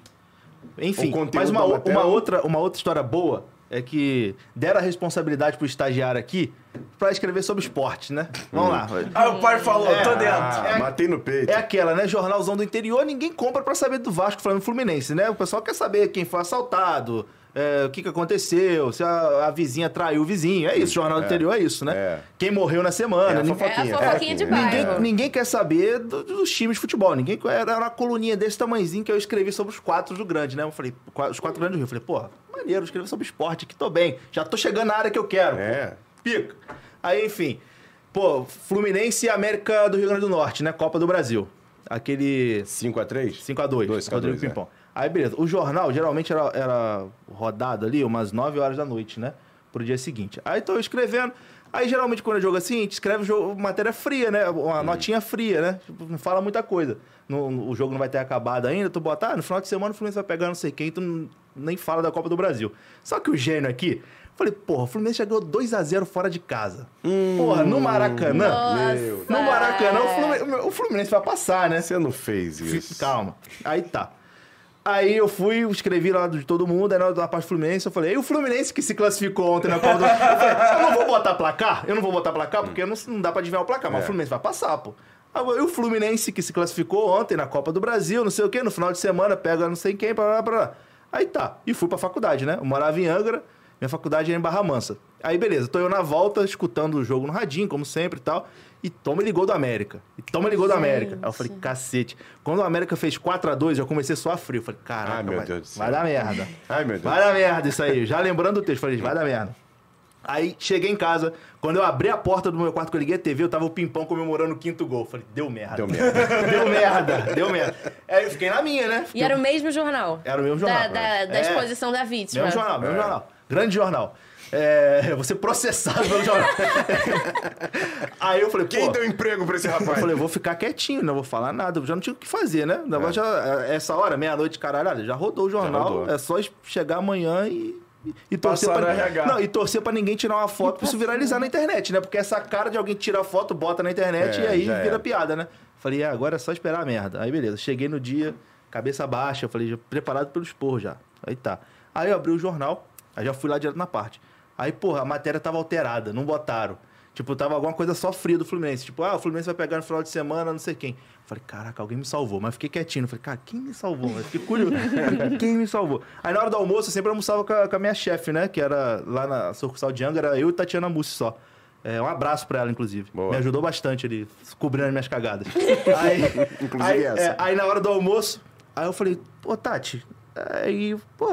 Enfim, O conteúdo mas uma, da o- matéria- uma, outra, uma outra história boa é que deram a responsabilidade pro estagiário aqui para escrever sobre esporte, né? Hum. Vamos lá. Aí o pai falou, tô dentro. Ah, matei no peito. É aquela, né? Jornalzão do interior, ninguém compra pra saber do Vasco, Flamengo e Fluminense, né? O pessoal quer saber quem foi assaltado, é, o que, que aconteceu, se a, a vizinha traiu o vizinho. É isso, jornal do interior é isso, né? é. Quem morreu na semana. a ninguém- É a fofoquinha de bairro. Ninguém, É. ninguém quer saber do- dos times de futebol. Ninguém era uma coluninha desse tamanhozinho que eu escrevi sobre os quatro do grande, né? Eu falei, qua- os quatro grandes do Rio. Eu falei, porra, maneiro, escrevi sobre esporte aqui, tô bem. Já tô chegando na área que eu quero. É. Pica. Aí, enfim. Pô, Fluminense e América do Rio Grande do Norte, né? Copa do Brasil. Aquele 5x3? 5x2, 2, 5 a 2, Rodrigo é. Pimpão. Aí, beleza. O jornal geralmente era, era rodado ali umas 9 horas da noite, né? Pro dia seguinte. Aí tô escrevendo. Aí, geralmente, quando é jogo assim, a gente escreve o jogo- matéria fria, né? Uma notinha fria, né? Tipo, Não fala muita coisa. Não- o jogo não vai ter acabado ainda. Tu bota, ah, no final de semana o Fluminense vai pegar não sei quem, tu não- nem fala da Copa do Brasil. Só que o gênio aqui, falei, porra, o Fluminense já ganhou 2x0 fora de casa. Hum. porra, no Maracanã. Nossa. No Maracanã, o Fluminense, o Fluminense vai passar, né? Você não fez isso. Calma. Aí tá. Aí eu fui, escrevi lá de todo mundo, aí na hora da parte do Fluminense, eu falei, e o Fluminense que se classificou ontem na Copa do... Eu falei, eu não vou botar placar, eu não vou botar placar, porque não, não dá pra adivinhar o placar, É. mas o Fluminense vai passar, pô. Agora, E o Fluminense que se classificou ontem na Copa do Brasil, não sei o quê, no final de semana, pega não sei quem, blá, blá, blá. Aí tá, e fui pra faculdade, né? Eu morava em Angra, minha faculdade era em Barra Mansa. Aí beleza, tô eu na volta, escutando o jogo no radinho, como sempre e tal, e toma ele gol do América. E toma ele gol do América. Aí eu falei, Gente. cacete. Quando o América fez 4x2, eu comecei só a frio. Eu Falei, caraca, Ai, meu vai, Deus do céu. vai dar merda. Ai, meu Deus. Vai dar merda isso aí. Já lembrando o texto, falei, vai dar merda. Aí cheguei em casa, quando eu abri a porta do meu quarto que eu liguei a TV, eu tava o Pimpão comemorando o quinto gol. Falei, deu merda. Deu merda. deu merda, deu merda. Aí eu fiquei na minha, né? E era o mesmo jornal. Era o mesmo Da- jornal. Da, né? da É. exposição da vítima. Mesmo jornal, É. mesmo jornal. Grande jornal. É, você processado pelo jornal. aí eu falei, Quem pô... deu emprego pra esse rapaz? Eu falei, eu vou ficar quietinho, não vou falar nada, eu já não tinha o que fazer, né? O negócio já, essa hora, meia-noite, caralho, já rodou o jornal, É. rodou. é só es- chegar amanhã e. E torcer, Passar pra, no RH. não, e torcer pra ninguém tirar uma foto pra isso viralizar na internet, né? Porque essa cara de alguém que tira a foto, bota na internet É, e aí já vira era. piada, né? Falei, é, agora é só esperar a merda. Aí beleza, cheguei no dia, cabeça baixa, eu falei, já preparado pelo esporro já. Aí tá. Aí eu abri o jornal, aí já fui lá direto na parte. Aí, porra, a matéria tava alterada, não botaram. Tipo, tava alguma coisa só fria do Fluminense. Tipo, ah, o Fluminense vai pegar no final de semana, não sei quem. Falei, caraca, alguém me salvou. Mas fiquei quietinho. Falei, cara, quem me salvou? Mas fiquei curioso. Falei, quem me salvou? Aí na hora do almoço, eu sempre almoçava com a, com a minha chefe, né? Que era lá na sucursal de Angra, era eu e Tatiana Mussi só. É, um abraço pra ela, inclusive. Boa. Me ajudou bastante ali, cobrindo as minhas cagadas. aí, Inclusive aí, essa. é, aí na hora do almoço, aí eu falei, ô Tati, aí, pô,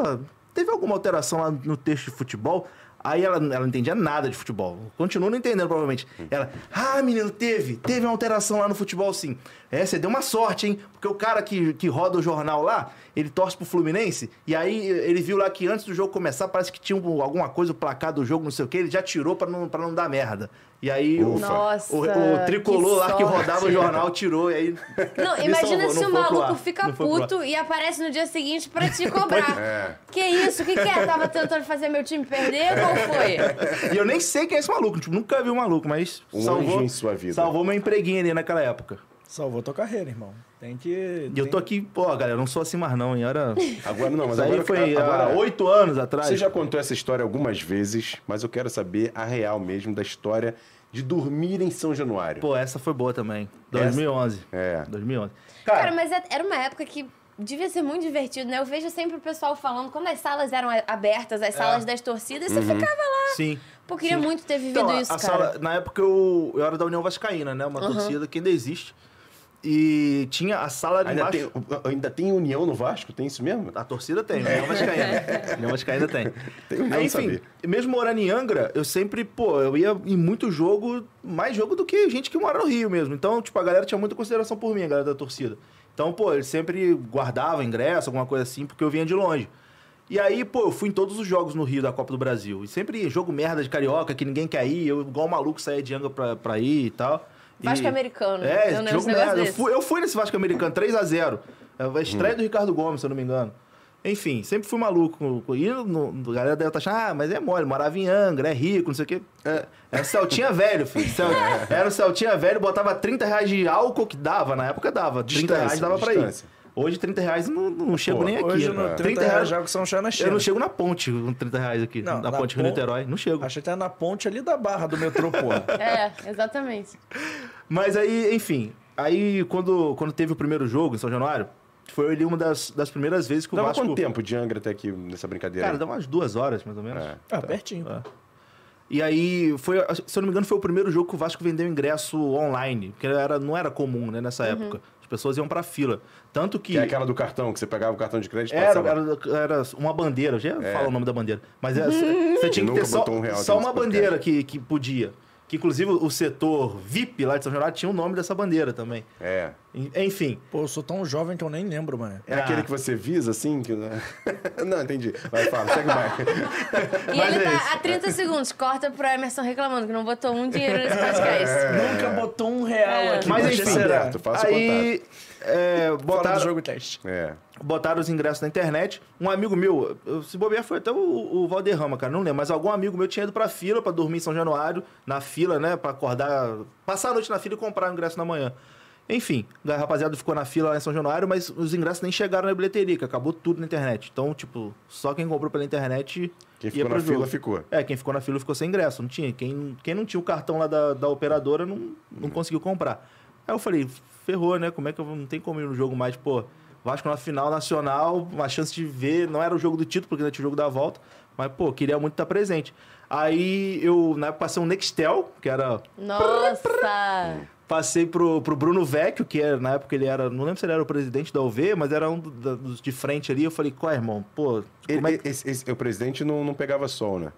teve alguma alteração lá no texto de futebol? Aí ela, ela não entendia nada de futebol. Continua não entendendo, provavelmente. Hum. Ela, ah, menino, teve. Teve uma alteração lá no futebol, sim. É, você deu uma sorte, hein? Porque o cara que, que roda o jornal lá, ele torce pro Fluminense. E aí ele viu lá que antes do jogo começar, parece que tinha um- alguma coisa, o placar do jogo, não sei o quê. Ele já tirou pra não, pra não dar merda. E aí o- Ufa. Nossa, o, o que tricolor lá que sorte. rodava o jornal tirou. E aí Não, me imagina salvou, se não o foi pro maluco ar, fica não foi pro ar. puto e aparece no dia seguinte pra te cobrar. É. Que isso? O que, que é? Tava tentando fazer meu time perder? Qual É. foi? E eu nem sei quem é esse maluco, tipo, nunca vi um maluco, mas Um salvou, anjo em sua vida. salvou meu empreguinho ali naquela época. Salvou tua carreira, irmão. Tem que. E eu tô aqui, pô, galera, não sou assim mais não, hein? Era... Agora não, mas Isso aí agora... foi ah, há agora oito anos atrás. Você já contou essa história algumas vezes, mas eu quero saber a real mesmo da história de dormir em São Januário. Pô, essa foi boa também. Essa? 2011. É. 2011. Cara, Cara, mas é- era uma época que devia ser muito divertido, né? Eu vejo sempre o pessoal falando, quando as salas eram a- abertas, É. as salas das torcidas, você Uhum. ficava lá. sim. Pô, queria sim. muito ter vivido Então, a- isso, a cara. sala- na época eu, eu era da União Vascaína, né? Uma torcida que ainda existe. E tinha a sala ali Ainda tá embaixo. tem, uh, ainda tem união no Vasco? Tem isso mesmo? A torcida tem, né? Não Vascaína. Não Vascaína tem. Tem um não Aí, enfim, saber. mesmo morando em Angra, eu sempre, pô, eu ia em muito jogo, mais jogo do que gente que mora no Rio mesmo. Então, tipo, a galera tinha muita consideração por mim, a galera da torcida. Então, pô, eles sempre guardava ingresso, alguma coisa assim, porque eu vinha de longe. E aí, pô, eu fui em todos os jogos no Rio da Copa do Brasil. E sempre ia, jogo merda de carioca, que ninguém quer ir, eu igual um maluco saía de Angra pra, pra ir e tal. E- Vasco americano. É, eu lembro jogo desse negócio merda. Eu desse. fui, eu fui nesse Vasco americano, 3x0. A Hum. estreia do Ricardo Gomes, se eu não me engano. Enfim, sempre fui maluco. E no- a galera deve estar achando, ah, mas é mole, morava em Angra, é rico, não sei o quê. É, Era o Celtinha velho, filho. Cel- É. Era o Celtinha velho, botava 30 reais de álcool que dava, na época dava. 30 reais Distância, dava pra distância. ir. Hoje 30 reais não, não chego Pô, nem aqui. Hoje, né? no 30 reais, já é que são chá na China. Eu não chego na ponte com 30 reais aqui. Não, na na, ponte pon- Rio-Niterói. Não chego. Achei que tá na ponte ali da barra do metrô, pô. É, exatamente. Mas aí, enfim. Aí, quando, quando teve o primeiro jogo em São Januário, foi ali uma das, das primeiras vezes que o Dava Vasco... quanto tempo de Angra até aqui nessa brincadeira? Cara, dá um umas duas horas, mais ou menos. É. Ah, pertinho. É. E aí, foi, se eu não me engano, foi o primeiro jogo que o Vasco vendeu ingresso online. Porque era, não era comum, né, nessa época. As pessoas iam pra fila. Tanto que... Que é aquela do cartão, que você pegava o cartão de crédito e Era, passava. era, era uma bandeira, eu já falo o nome da bandeira. Mas é, você tinha que É. Nunca ter só, botou um real só nesse uma podcast. bandeira que, que podia. Que inclusive o setor VIP lá de São Januário tinha o nome dessa bandeira também. É. Enfim, Pô, eu sou tão jovem que eu nem lembro, mano. É Ah. aquele que você visa, assim? Que... não, entendi. Vai, fala, segue mais. E Mas ele é tá isso. há 30 segundos, corta pro Emerson reclamando que não botou um dinheiro nesse podcast. Nunca botou um real É. aqui. É Mas Mas enfim, será? Beto, faça aí é, Fora do botaram, jogo teste. É. botaram os ingressos na internet. Um amigo meu, eu- se bobear foi até o, o Valderrama, cara, não lembro, mas algum amigo meu tinha ido pra fila pra dormir em São Januário, na fila, né, Pra acordar, passar a noite na fila e comprar o ingresso na manhã. Enfim, a rapaziada ficou na fila lá em São Januário, mas os ingressos nem chegaram na bilheteria, que acabou tudo na internet. Então, tipo, só quem comprou pela internet. Quem ia ficou pro na fila jogo. ficou. É, quem ficou na fila ficou sem ingresso, não tinha. Quem, quem não tinha o cartão lá da, da operadora não, não conseguiu comprar. Aí eu falei, ferrou, né? Como é que eu vou- não tem como ir no jogo mais, pô. Vasco na final nacional, uma chance de ver, não era o jogo do título, porque ainda tinha o jogo da volta, mas, pô, queria muito estar presente. Aí eu, na época, passei um Nextel, que era Nossa! Passei pro, pro Bruno Vecchio, que era, na época ele era, não lembro se ele era o presidente da UV, mas era um do- da- dos de frente ali. Eu falei, qual é, irmão? Pô, como é Ele- que. esse- esse- o presidente não, não pegava sol, né?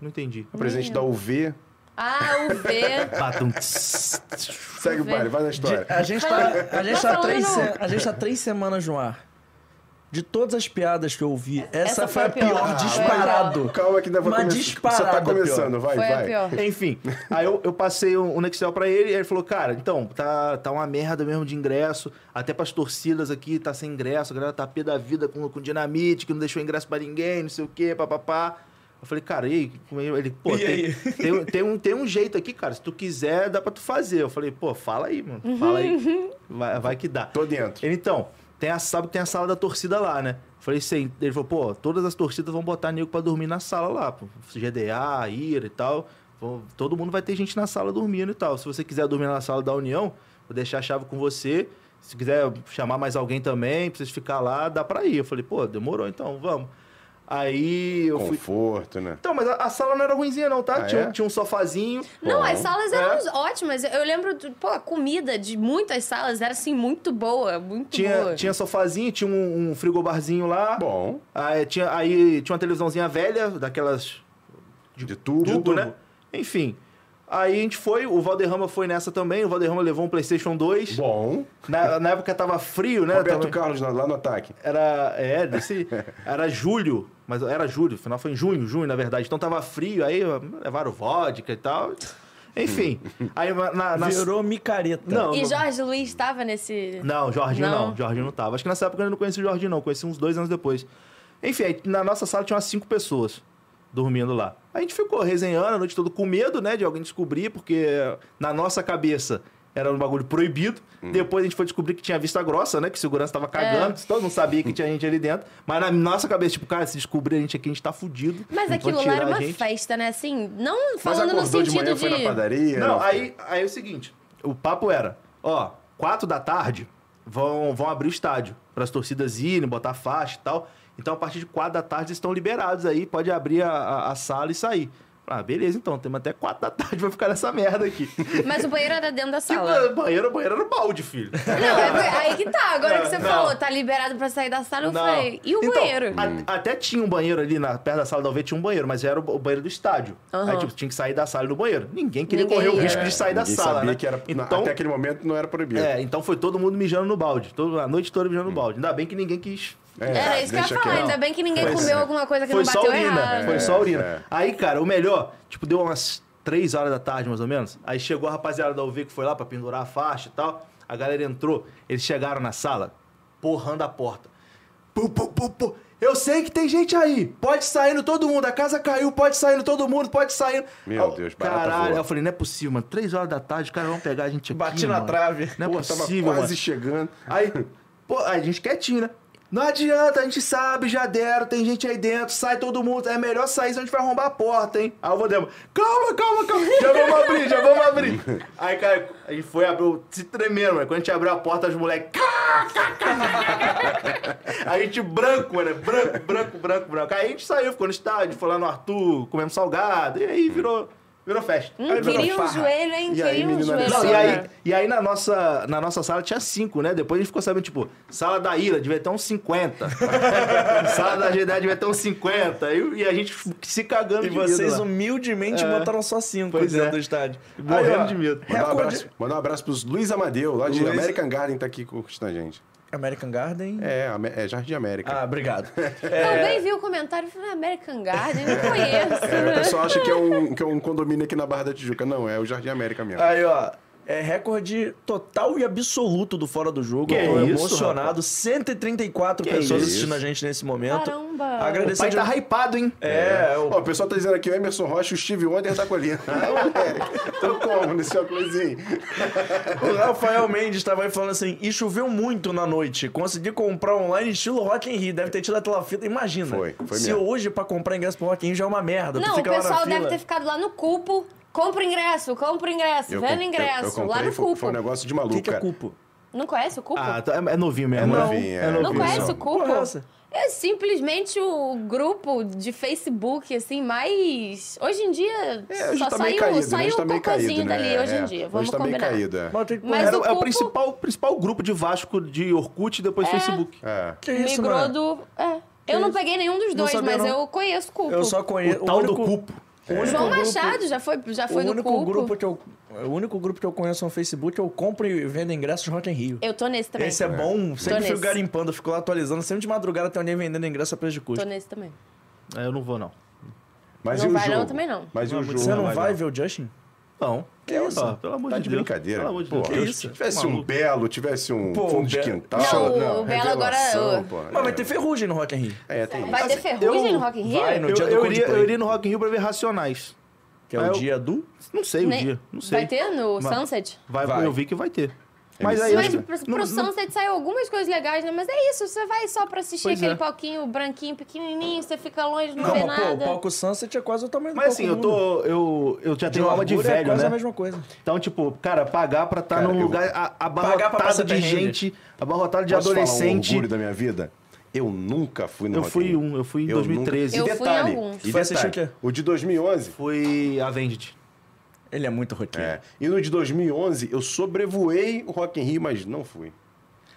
Não entendi. O presidente eu. da UV. Ah, o V. Batum. tss, tss. Segue o baile, vai na história. A gente tá, a gente tá, três, se- a gente tá três semanas no ar. De todas as piadas que eu ouvi, essa, Essa foi a pior, Ah, disparado. Calma que ainda vai Uma começar. Só tá disparada, começando, vai, Foi a vai. pior. Enfim, aí eu, eu passei um, um Excel pra ele e ele falou, cara, então, tá, tá uma merda mesmo de ingresso, até pras torcidas aqui tá sem ingresso, a galera tá pé da vida com, com dinamite, que não deixou ingresso pra ninguém, não sei o quê, papapá. Eu falei, cara, e aí? Como é? Ele, pô, E tem, aí? tem, tem um, tem um jeito aqui, cara, se tu quiser, dá pra tu fazer. Eu falei, pô, fala aí, mano, fala Uhum. aí, vai, vai que dá. Tô dentro. Ele, então, tem a, sabe que tem a sala da torcida lá, né? Falei assim, ele falou, pô, todas as torcidas vão botar nego pra dormir na sala lá, pô. GDA, IRA e tal. Vão- Todo mundo vai ter gente na sala dormindo e tal. Se você quiser dormir na sala da União, vou deixar a chave com você. Se quiser chamar mais alguém também, pra vocês ficar lá, dá pra ir. Eu falei, pô, demorou então, vamos. Aí eu fui. Conforto, né? Então, mas a, a sala não era ruimzinha, não, tá? Ah, tinha, é? tinha um sofazinho. Não, as salas eram É. ótimas. Eu lembro, do- pô, a comida de muitas salas era assim muito boa, muito Tinha, boa. tinha sofazinho, tinha um, um frigobarzinho lá. Bom, Aí Ah, é, tinha, aí tinha uma televisãozinha velha, daquelas de, tubo. tubo, né? Enfim. Aí a gente foi, o Valderrama foi nessa também, o Valderrama levou um Playstation 2. Bom. Na, na época tava frio, né? Roberto também. Carlos na- lá no ataque. Era. É, desse, era julho, mas era julho, final foi em junho, junho, na verdade. Então tava frio, aí levaram vodka e tal. Enfim. Aí na. na- na- Virou micareta. Não, E não- Jorge Luiz estava nesse. um Não, Jorginho não. Não? Jorginho não tava. Acho que nessa época eu não conheci o Jorginho, não. Conheci uns dois anos depois. Enfim, aí na nossa sala tinha umas cinco pessoas dormindo lá. A gente ficou resenhando a noite toda com medo, né, de alguém descobrir, porque na nossa cabeça era um bagulho proibido. Depois a gente foi descobrir que tinha vista grossa, né, que segurança tava cagando, É. todo mundo sabia que tinha gente ali dentro. Mas na nossa cabeça, tipo, cara, se descobrir a gente aqui, a gente tá fudido. Mas Vão aquilo lá tirar era a uma gente. festa, né? Assim, não Mas falando no acordou de manhã, sentido foi na padaria. Não, né? aí, aí é o seguinte: o papo era, ó, quatro da tarde vão, vão abrir o estádio para as torcidas irem, botar faixa e tal. Então, a partir de quatro da tarde, vocês estão liberados aí, pode abrir a, a- a sala e sair. Ah, beleza, então, temos até quatro da tarde pra ficar nessa merda aqui. Mas o banheiro era dentro da Que sala. banheiro, banheiro era um balde, filho. Não, é- aí que tá. Agora Não, que você não. falou, tá liberado pra sair da sala, eu Não. falei. E o Então, banheiro? a- até tinha um banheiro ali na, perto da sala da UV, tinha um banheiro, mas era o, ba- o banheiro do estádio. Aham. Aí, tipo, tinha que sair da sala e do banheiro. Ninguém queria Ninguém correr o ia. risco de sair da Ninguém sala, sabia né? que era, na- até aquele momento não era proibido. É, então foi todo mundo mijando no balde. Todo, a noite toda Hum. mijando no balde. Ainda bem que ninguém quis. É, Era isso que eu ia deixa falar. quieto. Ainda bem que ninguém Foi- comeu alguma coisa que é. Foi não só bateu urina. errado. Foi só urina. É. Aí, cara, o melhor, tipo, deu umas 3 horas da tarde, mais ou menos. Aí chegou a rapaziada da UV que foi lá pra pendurar a faixa e tal. A galera entrou, eles chegaram na sala, porrando a porta. Pu, pu, pu, pu. Eu sei que tem gente aí. Pode saindo todo mundo. A casa caiu, pode saindo todo mundo, pode saindo. Meu Aí, Deus, barata Caralho, voa. eu falei, não é possível, mano. Três horas da tarde, os caras vão pegar a gente aqui. Bati na mano. trave. Não é Pô, tava possível, quase mano. chegando. um Aí, pô, a gente quietinho, né? Não adianta, a gente sabe, já deram, tem gente aí dentro, sai todo mundo. É melhor sair, senão a gente vai arrombar a porta, hein? Aí o Vodemo, calma, calma, calma, já vamos abrir, já vamos abrir. Aí, cara, a gente foi, abriu, se tremendo, mano. Quando a gente abriu a porta, os moleques... A gente branco, né? Branco, branco, branco, branco. Aí a gente saiu, ficou no estádio, foi lá no Arthur, comemos salgado, e aí virou, virou festa. Hum, Aí virou queria um farra. joelho, hein? E aí, Queria um menina, joelho. Não, Sim, e aí, cara. e aí na, nossa, na nossa sala tinha cinco, né? Depois a gente ficou sabendo, tipo, sala da Ira devia ter uns 50. sala da GDA devia ter uns 50. E, e a gente se cagando E de medo vocês lá. humildemente botaram só cinco É. Pois dentro é. do estádio. morrendo Aí, ó, de medo. Mandar um, recorde- abraço, mandar um abraço pros Luiz Amadeu, lá de Luiz- American Garden, tá aqui curtindo a gente. American Garden. É, Ame- é Jardim América. Ah, obrigado. é. Também vi o comentário e falei, "Ah, American Garden, não conheço. É, o pessoal acha que é, um, que é um condomínio aqui na Barra da Tijuca. Não, é o Jardim é América mesmo. Aí, ó. É recorde total e absoluto do Fora do Jogo. Que Eu tô isso, emocionado. rapaz. 134 Que pessoas isso. assistindo a gente nesse momento. Caramba. O pai Agradecer de... tá hypado, hein? É, Ó, o pessoal tá dizendo aqui, o Emerson Rocha e o Steve Wonder da colina. Ah, moleque. Então como nesse óculos aí? O Rafael Mendes estava aí falando assim, e choveu muito na noite. Consegui comprar online estilo Rock in Rio. Deve ter tido aquela fita, imagina. Foi, foi Se mesmo. hoje pra comprar ingresso pro Rock in Rio já é uma merda. tu Não, o fica lá na pessoal deve fila. ter ficado lá no cupo. Compra o ingresso, compra o ingresso, Eu vendo com- eu- ingresso. eu lá comprei, no foi- cupo. Foi um negócio de O maluco, que, que é cara. cupo? Não conhece o cupo? Ah, tá- é novinho mesmo. É né? novinho, é. é Não novinho. conhece o cupo? Porra, essa. É simplesmente o grupo de Facebook, assim, mais. Hoje em dia É, hoje só tá meio saiu, caído, né? saiu Hoje tá um meio cocôzinho caído, né? dali hoje É, em dia. Vamos hoje tá meio combinar. caído, é. Mas tem que Mas Era o o, é o cupo- principal, principal grupo de Vasco de Orkut e depois Facebook. É. Que isso, Migrou mano? do. É. Eu não isso? peguei nenhum dos Não dois, sabia, mas não. eu conheço o cupo. Eu só conheço... O tal É, único- do cupo. o único João grupo- Machado já foi, já foi o do único cupo. grupo que eu O único grupo que eu conheço no Facebook é o Compre e Venda Ingressos Rock in Rio. Eu tô nesse também. Esse é bom, sempre Tô fico nesse. garimpando, fico lá atualizando, sempre de madrugada tem alguém vendendo ingresso a preço de Tô custo. nesse também. É, eu não vou, não. Mas Não e o vai não, jogo? também não. Mas e o jogo? Você não vai, vai não. ver o Justin? Não. Que isso? Ah, pelo amor Tá de, de Deus. brincadeira. Pelo amor de Pô, Deus. Que isso? Se tivesse um Maluco. belo, tivesse um Pô, fundo de Belo- quintal. Não, o Belo agora- revelação, o- pô. Mas vai ter ferrugem no Rock in Rio. É, tem Vai isso. ter ferrugem eu- no Rock in Rio? vai, no- Eu, dia do eu iria, Coldplay. eu iria no Rock in Rio pra ver Racionais. Que é Ah, o eu- dia do... Não sei Nem- o dia, não sei. Né? Vai ter no Vai. Sunset? Vai, Vai. É Eu vi que vai ter. Mas Sim, aí... Mas assim, acho que- pro, pro não- não- Sunset saiu algumas coisas legais, né? Mas é isso, você vai só pra assistir Pois aquele é. palquinho branquinho, pequenininho, você fica longe, não, Não, vê mas pô, o nada. palco Sunset é quase o tamanho do Mas palco assim, eu Luna. tô... Eu, eu já tenho alma de largura é velho, quase né? a mesma coisa. Então, tipo, cara, pagar pra estar Cara, num eu- lugar a- pra abarrotado passar de perrengue. gente, abarrotado de Posso falar um adolescente. orgulho da minha vida? Eu nunca fui no Eu Rock in fui Rio. um, eu fui em Eu 2013. Eu nunca- E fui em detalhe, alguns. E Foi assistir detalhe, o quê? o de 2011... Fui Avenged. Ele é muito roqueiro. É. E no de 2011, eu sobrevoei o Rock in Rio, mas não fui.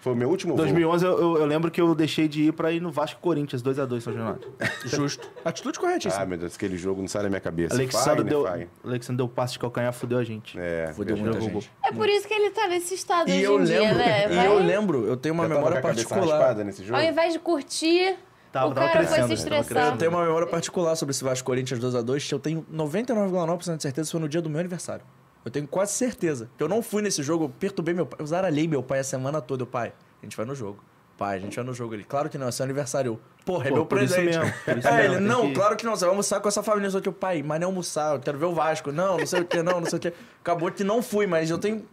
Foi o meu último voo. 2011 eu, eu- eu lembro que eu deixei de ir pra ir no Vasco e Corinthians 2x2 São Januário. Justo. Atitude Ah, corretíssima. meu Deus, aquele jogo não sai da minha cabeça. Alexandre Fagner, deu, Fagner. Alexandre deu passe de calcanhar, fudeu a gente. É, Fudeu veja. muita Google. gente. É por isso que ele tá nesse estado E hoje eu em dia, lembro, né? e Vai- eu lembro, eu tenho uma Já tava memória com a cabeça particular. raspada nesse jogo? Ao invés de curtir, Tava- o tava cara foi crescendo, se né? Tava estressar. Eu tenho uma memória particular sobre esse Vasco Corinthians 2x2, que eu tenho 99,9% de certeza que foi no dia do meu aniversário. Eu tenho quase certeza. que Eu não fui nesse jogo, eu perturbei meu pai. Eu zaralhei meu pai a semana toda. Eu, pai, a gente vai no jogo. Pai, a gente vai no jogo. Ele, claro que não, é seu aniversário. Eu, Porra, é Pô, meu por isso presente. mesmo, por isso é, mesmo, ele, tem não, que- claro que não, você vai almoçar com essa família. Eu sou teu pai, mas nem almoçar, eu quero ver o Vasco. Não, não sei o que, não, não sei o que. Acabou que não fui, mas eu tenho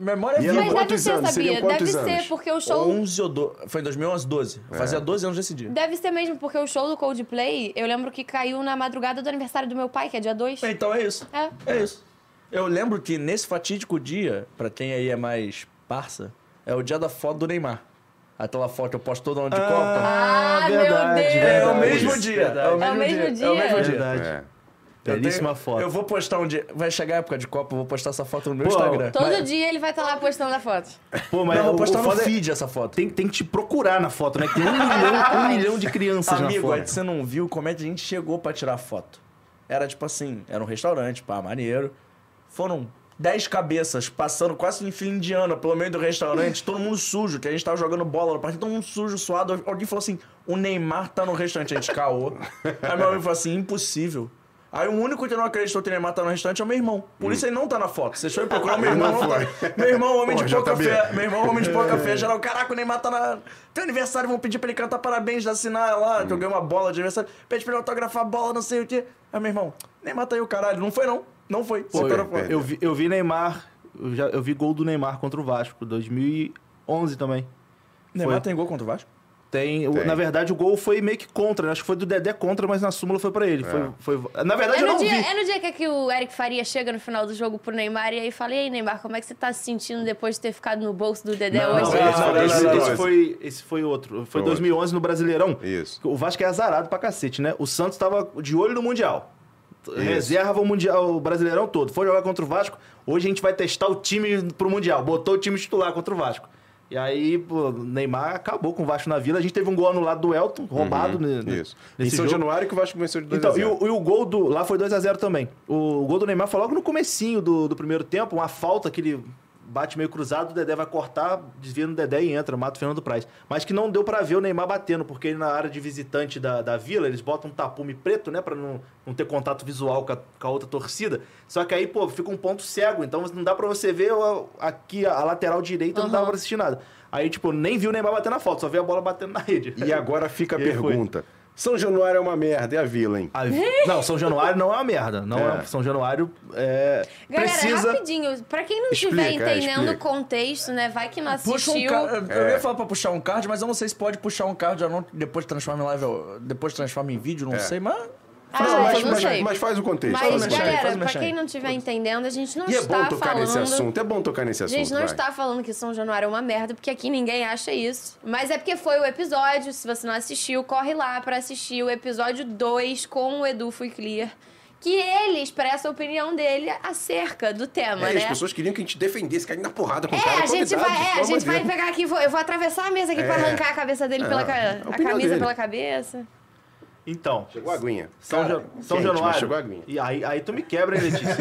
memória E viva. era Mas deve Quantos ser, anos? Seriam sabia? Deve quantos anos? ser, porque o um show. 11 ou 12. Foi em 2011, 12. É. Eu fazia 12 anos desse dia. Deve ser mesmo, porque o show do Coldplay, eu lembro que caiu na madrugada do aniversário do meu pai, que é dia 2. Então é isso. É. É isso. Eu lembro que nesse fatídico dia, pra quem aí é mais parça, é o dia da foto do Neymar. Aquela foto que eu posto toda onde de Copa. Ah, meu Deus. É o verdade, mesmo dia. É o mesmo, mesmo É o dia. mesmo dia. Verdade. É. Eu tenho- Belíssima foto. Eu vou postar um dia. Vai chegar a época de Copa, eu vou postar essa foto no meu Pô, Instagram. Todo dia ele vai estar lá postando a foto. Pô, Não, mas eu o, vou o postar no foda é- feed essa foto. tem, tem que te procurar na foto, né? Que tem um milhão, um milhão de crianças Amigo, aí na que foto. você não viu como é que a gente chegou pra tirar foto. Era tipo assim, era um restaurante, pá, maneiro. Foram 10 cabeças passando quase em fim indiana pelo meio do restaurante, todo mundo sujo, que a gente tava jogando bola no partido, todo mundo sujo, suado. Alguém falou assim: o Neymar tá no restaurante, a gente caô. Aí meu amigo falou assim: impossível. Aí o único que não acreditou que o Neymar tá no restaurante é o meu irmão. Por isso ele não tá na foto. Vocês foram procurar, meu irmão não tá. Meu irmão, homem Pô, de pouca JB. fé. Meu irmão, homem de pouca fé. Geral, caraca, o Neymar tá na. Teu aniversário, vão pedir pra ele cantar parabéns, assinar lá, Hum. que eu ganhei uma bola de aniversário. Pede pra ele autografar a bola, não sei o quê. Aí, meu irmão, Neymar tá aí o caralho. Não foi, não. Não foi. Você Pô, perdeu eu, a É, foto. eu vi, eu vi Neymar, eu, já, eu vi gol do Neymar contra o Vasco, 2011 também. Neymar foi. tem gol contra o Vasco? Tem, o- Tem. na verdade, o gol foi meio que contra, né? acho que foi do Dedé contra, mas na súmula foi pra ele. Foi, foi- na verdade, É eu no, não dia, vi. é no dia que, que o Eric Faria chega no final do jogo pro Neymar e aí fala: E aí, Neymar, como é que você tá se sentindo depois de ter ficado no bolso do Dedé Não, hoje? esse, não, foi não, não, não. 2012. esse foi, esse foi outro. Foi, outro. 2011 no Brasileirão. Isso. O Vasco é azarado pra cacete, né? O Santos tava de olho no Mundial. Reserva o, mundial, o Brasileirão todo. Foi jogar contra o Vasco. Hoje a gente vai testar o time pro Mundial. Botou o time titular contra o Vasco. E aí, pô, Neymar acabou com o Vasco na vila. A gente teve um gol anulado do Elton, roubado ne- ne- Uhum. Isso. Em nesse São jogo. Januário que o Vasco venceu de 2 a Então, e 0. o, e o gol do. Lá foi 2x0 também. O, gol do Neymar foi logo no comecinho do, do primeiro tempo, uma falta que ele bate meio cruzado, o Dedé vai cortar, desvia no Dedé e entra, mata o Fernando Praz. Mas que não deu pra ver o Neymar batendo, porque ele, na área de visitante da, da vila, eles botam um tapume preto, né, pra não, não ter contato visual com a, com a outra torcida. Só que aí, pô, fica um ponto cego, então não dá pra você ver o- aqui a, a lateral direita, não dá pra assistir nada. Aí, tipo, nem vi o Neymar batendo na falta, só vi a bola batendo na rede. E agora fica a E aí foi. pergunta. São Januário é uma merda, e a Vila, Ah, hein? A- Não, São Januário não é uma merda. Não é. É. São Januário é, Galera, precisa... rapidinho, pra quem não Explica, é, estiver entendendo explica. o contexto, né? Vai que não Puxa assistiu. um card. Eu É. ia falar pra puxar um card, mas eu não sei se pode puxar um card ou não, depois transforma em live, ou- depois transforma em vídeo, não É. sei, mas. Ah, Não, mas, eu não mas- sei. mas faz o contexto. Mas, faz o merchan, contexto. faz galera, o pra merchan. quem não estiver entendendo, a gente não E é está bom tocar falando. nesse assunto, é bom tocar nesse A assunto. gente não vai. está falando que São Januário é uma merda, porque aqui ninguém acha isso. Mas é porque foi o episódio, se você não assistiu, corre lá pra assistir o episódio 2 com o Edu Fui Clear. Que ele expressa a opinião dele acerca do tema, É, né? As pessoas queriam que a gente defendesse, cair na porrada com o É, cara. a gente convidado, vai, é, pelo a gente amor de vai Deus. pegar aqui, vou- eu vou atravessar a mesa aqui pra É. arrancar a cabeça dele pela É, ca- a a opinião camisa dele. pela cabeça. Então, Chegou a aguinha. São, Cara, Ja- São quente, mas Januário. Chegou a aguinha. E aí, aí tu me quebra, hein, Letícia?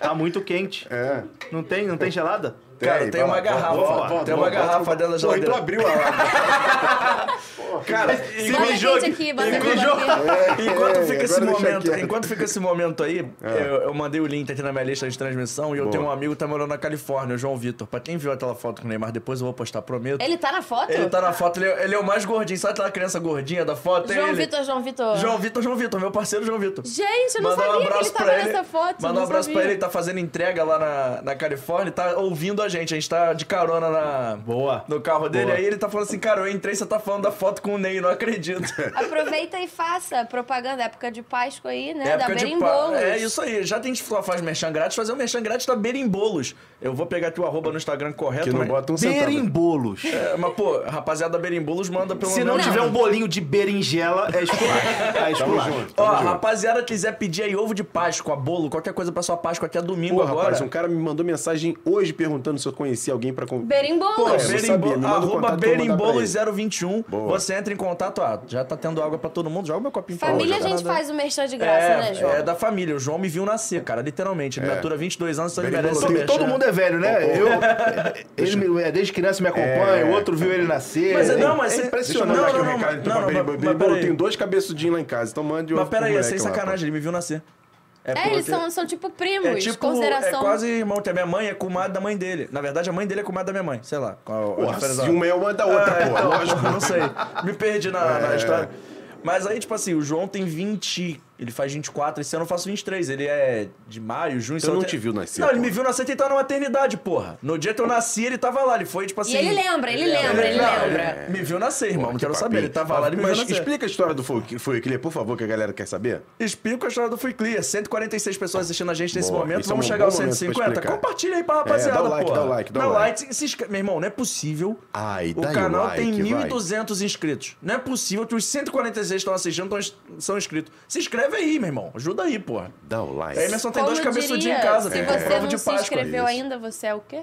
tá muito quente. É. Não tem, não tem gelada? Cara, tem vai uma lá, garrafa, volta, volta, tem uma volta, garrafa volta. dentro da Pô, geladeira. então abriu a água. Cara, Se Bota mijou quente aqui, bota se quente mijou. aqui. Enquanto É, fica agora esse deixa momento, quieto. É. enquanto fica esse momento aí, eu, eu mandei o link aqui na minha lista de transmissão e eu Boa. tenho um amigo que tá morando na Califórnia, o João Vitor. Pra quem viu aquela foto com o Neymar, depois eu vou postar, prometo. Ele tá na foto? Ele tá na foto, ele é, ele é o mais gordinho, sabe aquela criança gordinha da foto? É João ele. Vitor, João Vitor. João Vitor, João Vitor, meu parceiro João Vitor. um Gente, eu não um Mandar sabia que ele tava nessa foto. Mandar não um abraço sabia. pra ele, ele tá fazendo entrega lá na, na Califórnia, tá ouvindo a gente, a gente tá de carona na, Boa. no carro dele. Boa. Aí ele tá falando assim, cara, eu entrei, você tá falando da foto com o Ney, não acredito. Aproveita e faça propaganda. Época de Páscoa aí, né? da pa- Berimbolos. É isso aí, já tem gente que só faz merchan grátis, fazer um merchan grátis da Berimbolos. Eu vou pegar aqui o arroba no Instagram correto, Que não mas... bota um centavo. Berimbolos. É, mas, pô, a rapaziada da Berimbolos manda pelo Se não menos- tiver um bolinho de berinjela, é esculacho. É é Tamo esculacho. junto, Ó, tamo a junto. rapaziada quiser pedir aí ovo de Páscoa, bolo, qualquer coisa pra sua Páscoa até domingo Pô, agora. rapaz, um cara me mandou mensagem hoje perguntando se eu conhecia alguém pra... con- Berimbolos. Pô, É, eu não berimbo, sabia, me manda o arroba contato que eu vou mandar pra ele. berimbolo021. Boa. Você entra em contato. Ah, já tá tendo água pra todo mundo. Joga meu copinho pra Família hoje, a tá gente nada- faz o merchan de graça, né, João? É, é da família. O João me viu nascer, cara, literalmente. Ele É. matura 22 anos, só ele Berimbolo merece tem- um merchan. Todo mundo é velho, né? Eu, ele me- é, desde criança me acompanha, É. o outro viu ele nascer. Mas, é, não, mas é você- Deixa eu impressionante. Não, mandar aqui não, um não, recado, mas- então, não, pra não, Berimbolo. mas- Berimbolo, mas eu tenho dois cabeçudinhos lá em casa, então mande Mas outro pro peraí, é sem moleque lá, pô. sacanagem. Ele me viu nascer. É, eles porque- são, são tipo primos, É tipo, consideração. é quase irmão, que a minha mãe é comadre da mãe dele. Na verdade, a mãe dele é comadre da minha mãe, sei lá. Qual, a Porra, diferença se uma é uma da outra, É, porra. É. então, Lógico. Não sei. Me perdi na, na história. Mas aí, tipo assim, o João tem 20. Ele faz 24. Esse ano eu faço 23. Ele é de maio, junho. sei lá, Então não tem- te viu nascer, Não, ele porra. me viu nascer tentando na maternidade, porra. No dia que eu nasci, ele tava lá. Ele foi, tipo assim. ele lembra, ele lembra, ele não, lembra. ele me viu nascer, irmão. Não Que quero saber. papinho. Ele tava lá, ele me Mas viu nascer. explica a história do Foi Foi Clear, por favor, que a galera quer saber. Explica a história do Fui Clear. 146 pessoas assistindo a gente nesse Boa, momento. isso é Vamos um chegar aos bom momento pra 150. explicar. É, Compartilha aí pra dá o rapaziada, like, porra. dá o like, dá o like. se- se inscre- Meu irmão, não é possível. Ai, o dá aí o canal like, tem vai. 1.200 inscritos. Não é possível que os 146 que estão assistindo tão- são inscritos. Se inscreve aí, meu irmão. Ajuda aí, porra. Dá o like. A Emerson tem Como dois eu cabeçudinhos diria, em casa. Se tem um você prova não de se Páscoa. inscreveu isso. ainda, você é o quê?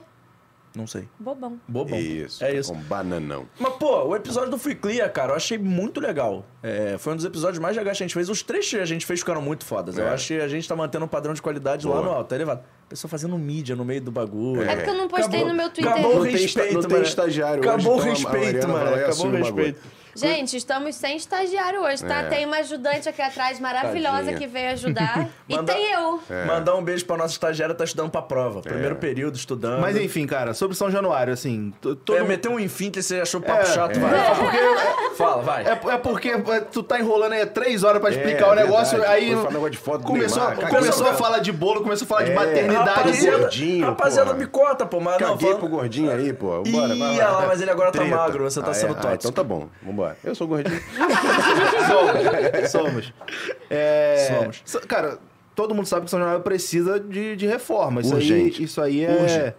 Não sei. Bobão. Bobão. Isso. É isso. Um bananão. Mas, pô, o episódio do Fui Clear, cara, eu achei muito legal. É, foi um dos episódios mais legais que a gente fez. Os três que a gente fez ficaram muito fodas. Eu É. acho que a gente tá mantendo um padrão de qualidade lá Boa. no alto, tá elevado. Pessoa fazendo mídia no meio do bagulho. É porque eu não postei Acabou- no meu Twitter. Acabou o Não tem esta- respeito, não tem mano. estagiário hoje, Acabou o então a respeito, Mariana vai mano. lá e Acabou o assume o bagulho. respeito. Gente, estamos sem estagiário hoje, tá? É. Tem uma ajudante aqui atrás maravilhosa Tadinha. que veio ajudar. e Manda- tem eu. É. Mandar um beijo pra nossa estagiária, tá estudando pra prova. Primeiro período, estudando. Mas enfim, cara, sobre São Januário, assim, to- todo É, meteu um enfim que você achou papo É, chato, é. vai. Não, porque... Fala, vai. É, é porque é, tu tá enrolando aí três horas pra explicar É, o negócio, verdade. aí Foi falar um negócio de foto do começou, Neymar, cara, começou a que- falar de bolo, começou a falar de É. maternidade. Rapaz, rapaziada, gordinho, rapaziada porra. me corta, pô, mas não, Caguei fala- pro gordinho aí, pô. Ih, Bora, vai olha lá, mas ele agora tá magro, você tá Ah, sendo é? tóxico. Ah, então tá bom, vambora. Eu sou gordinho. Somos. Somos. É, Somos. so- Cara, todo mundo sabe que São Januário precisa de, de reforma. Isso Urgente. aí, isso aí Urge. é,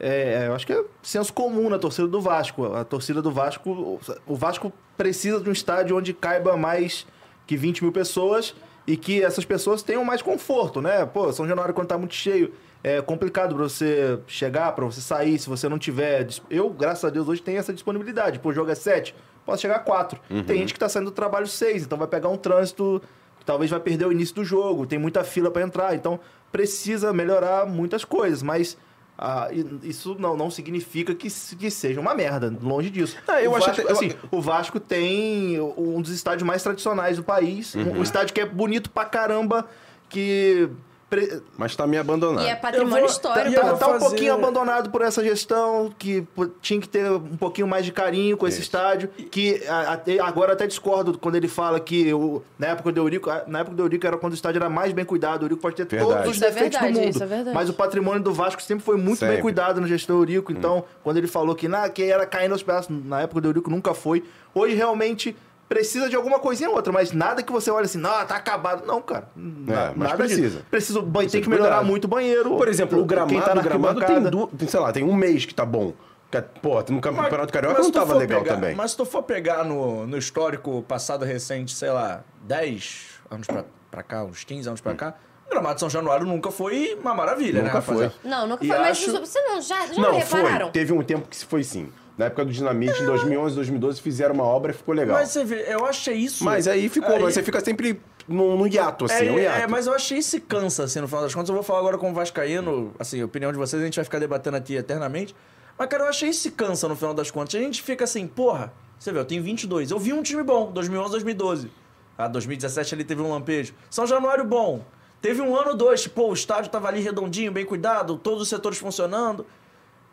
é- é, Eu acho que é senso comum na torcida do Vasco. A torcida do Vasco. o- O Vasco precisa de um estádio onde caiba mais que 20 mil pessoas e que essas pessoas tenham mais conforto, né? Pô, São Januário, quando tá muito cheio. É complicado pra você chegar, pra você sair, se você não tiver. dis- Eu, graças a Deus, hoje tenho essa disponibilidade. Pô, o jogo é 7, posso chegar a 4. Tem gente que tá saindo do trabalho 6, então vai pegar um trânsito que talvez vai perder o início do jogo, tem muita fila pra entrar. Então, precisa melhorar muitas coisas, mas ah, i- isso não, não significa que, se- que seja uma merda, longe disso. Não, eu o, acho Vasco, até- eu- assim, o Vasco tem um dos estádios mais tradicionais do país, um- Uhum. um estádio que é bonito pra caramba, que... pre- Mas tá meio abandonado. E é patrimônio Ah. Eu vou- histórico. E eu tá, vou tá um fazer- pouquinho abandonado por essa gestão, que pô, tinha que ter um pouquinho mais de carinho com esse Isso. estádio. Que a- até- agora eu até discordo quando ele fala que o- na época do Eurico, a- na época do Eurico era quando o estádio era mais bem cuidado. O Eurico pode ter Verdade. todos os Isso é defeitos do verdade, mundo. isso é verdade. Mas o patrimônio do Vasco sempre foi muito bem Sempre. Hum. cuidado na gestão do Eurico. Então, quando ele falou que, na, que era caindo aos pedaços, na época do Eurico nunca foi. Hoje realmente. Precisa de alguma coisinha ou outra, mas nada que você olhe assim, não, tá acabado. Não, cara. Na- É, mas nada disso. precisa. Precisa, banho- tem Precisa que melhorar cuidado. muito o banheiro. Por exemplo, o Quem gramado, tá na o gramado tem, arquibancada. du... sei lá, tem um mês que tá bom. Ca- Pô, no Cam- Campeonato Carioca mas não se tu tava for legal pegar- também. Mas se tu for pegar no, no histórico passado recente, sei lá, 10 anos pra, pra cá, uns 15 anos pra cá, o gramado de São Januário nunca foi uma maravilha, né, Hum. Nunca foi. rapaziada? Não, nunca E foi. Mas acho- você não, já, já Não, repararam? foi. Teve um tempo que se foi sim. Na época do Dinamite, em 2011, 2012, fizeram uma obra e ficou legal. Ah. Mas Mas, você vê, eu achei isso. aí ficou, mas você fica sempre no, no hiato, assim, É, é um hiato. é, mas eu achei esse cansa, assim, no final das contas. Eu vou falar agora com o Vascaíno, assim, a opinião de vocês, a gente vai ficar debatendo aqui eternamente. Mas, cara, eu achei esse cansa no final das contas. A gente fica assim, porra, você vê, eu tenho 22. Eu vi um time bom, 2011, 2012. Ah, 2017 ali teve um lampejo. São Januário bom. Teve um ano ou dois, tipo, o estádio tava ali redondinho, bem cuidado, todos os setores funcionando.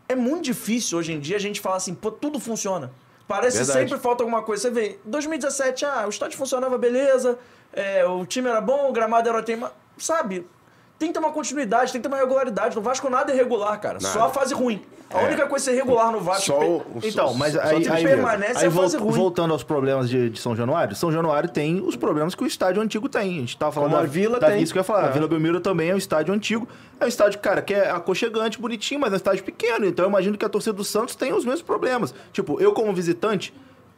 É muito difícil hoje em dia a gente falar assim, pô, tudo funciona. Parece que Verdade. sempre falta alguma coisa. Você vê, 2017, ah, o estádio funcionava beleza, é, o time era bom, o gramado era tema. Sabe? Tem que ter uma continuidade, tem que ter uma regularidade. No Vasco nada é regular, cara. Só a fase ruim. A única coisa que é regular no Vasco. Só o, o- Então, mas só é aí, tem aí, beleza. permanece aí a fase vol- ruim. voltando aos problemas de, de São Januário, São Januário tem os problemas que o estádio antigo tem. A gente tava falando Como da a Vila da, tem. Isso que eu ia falar. A É. Vila Belmiro também é um estádio antigo. É um estádio, cara, que é aconchegante, bonitinho, mas é um estádio pequeno. Então eu imagino que a torcida do Santos tem os mesmos problemas. Tipo, eu como visitante...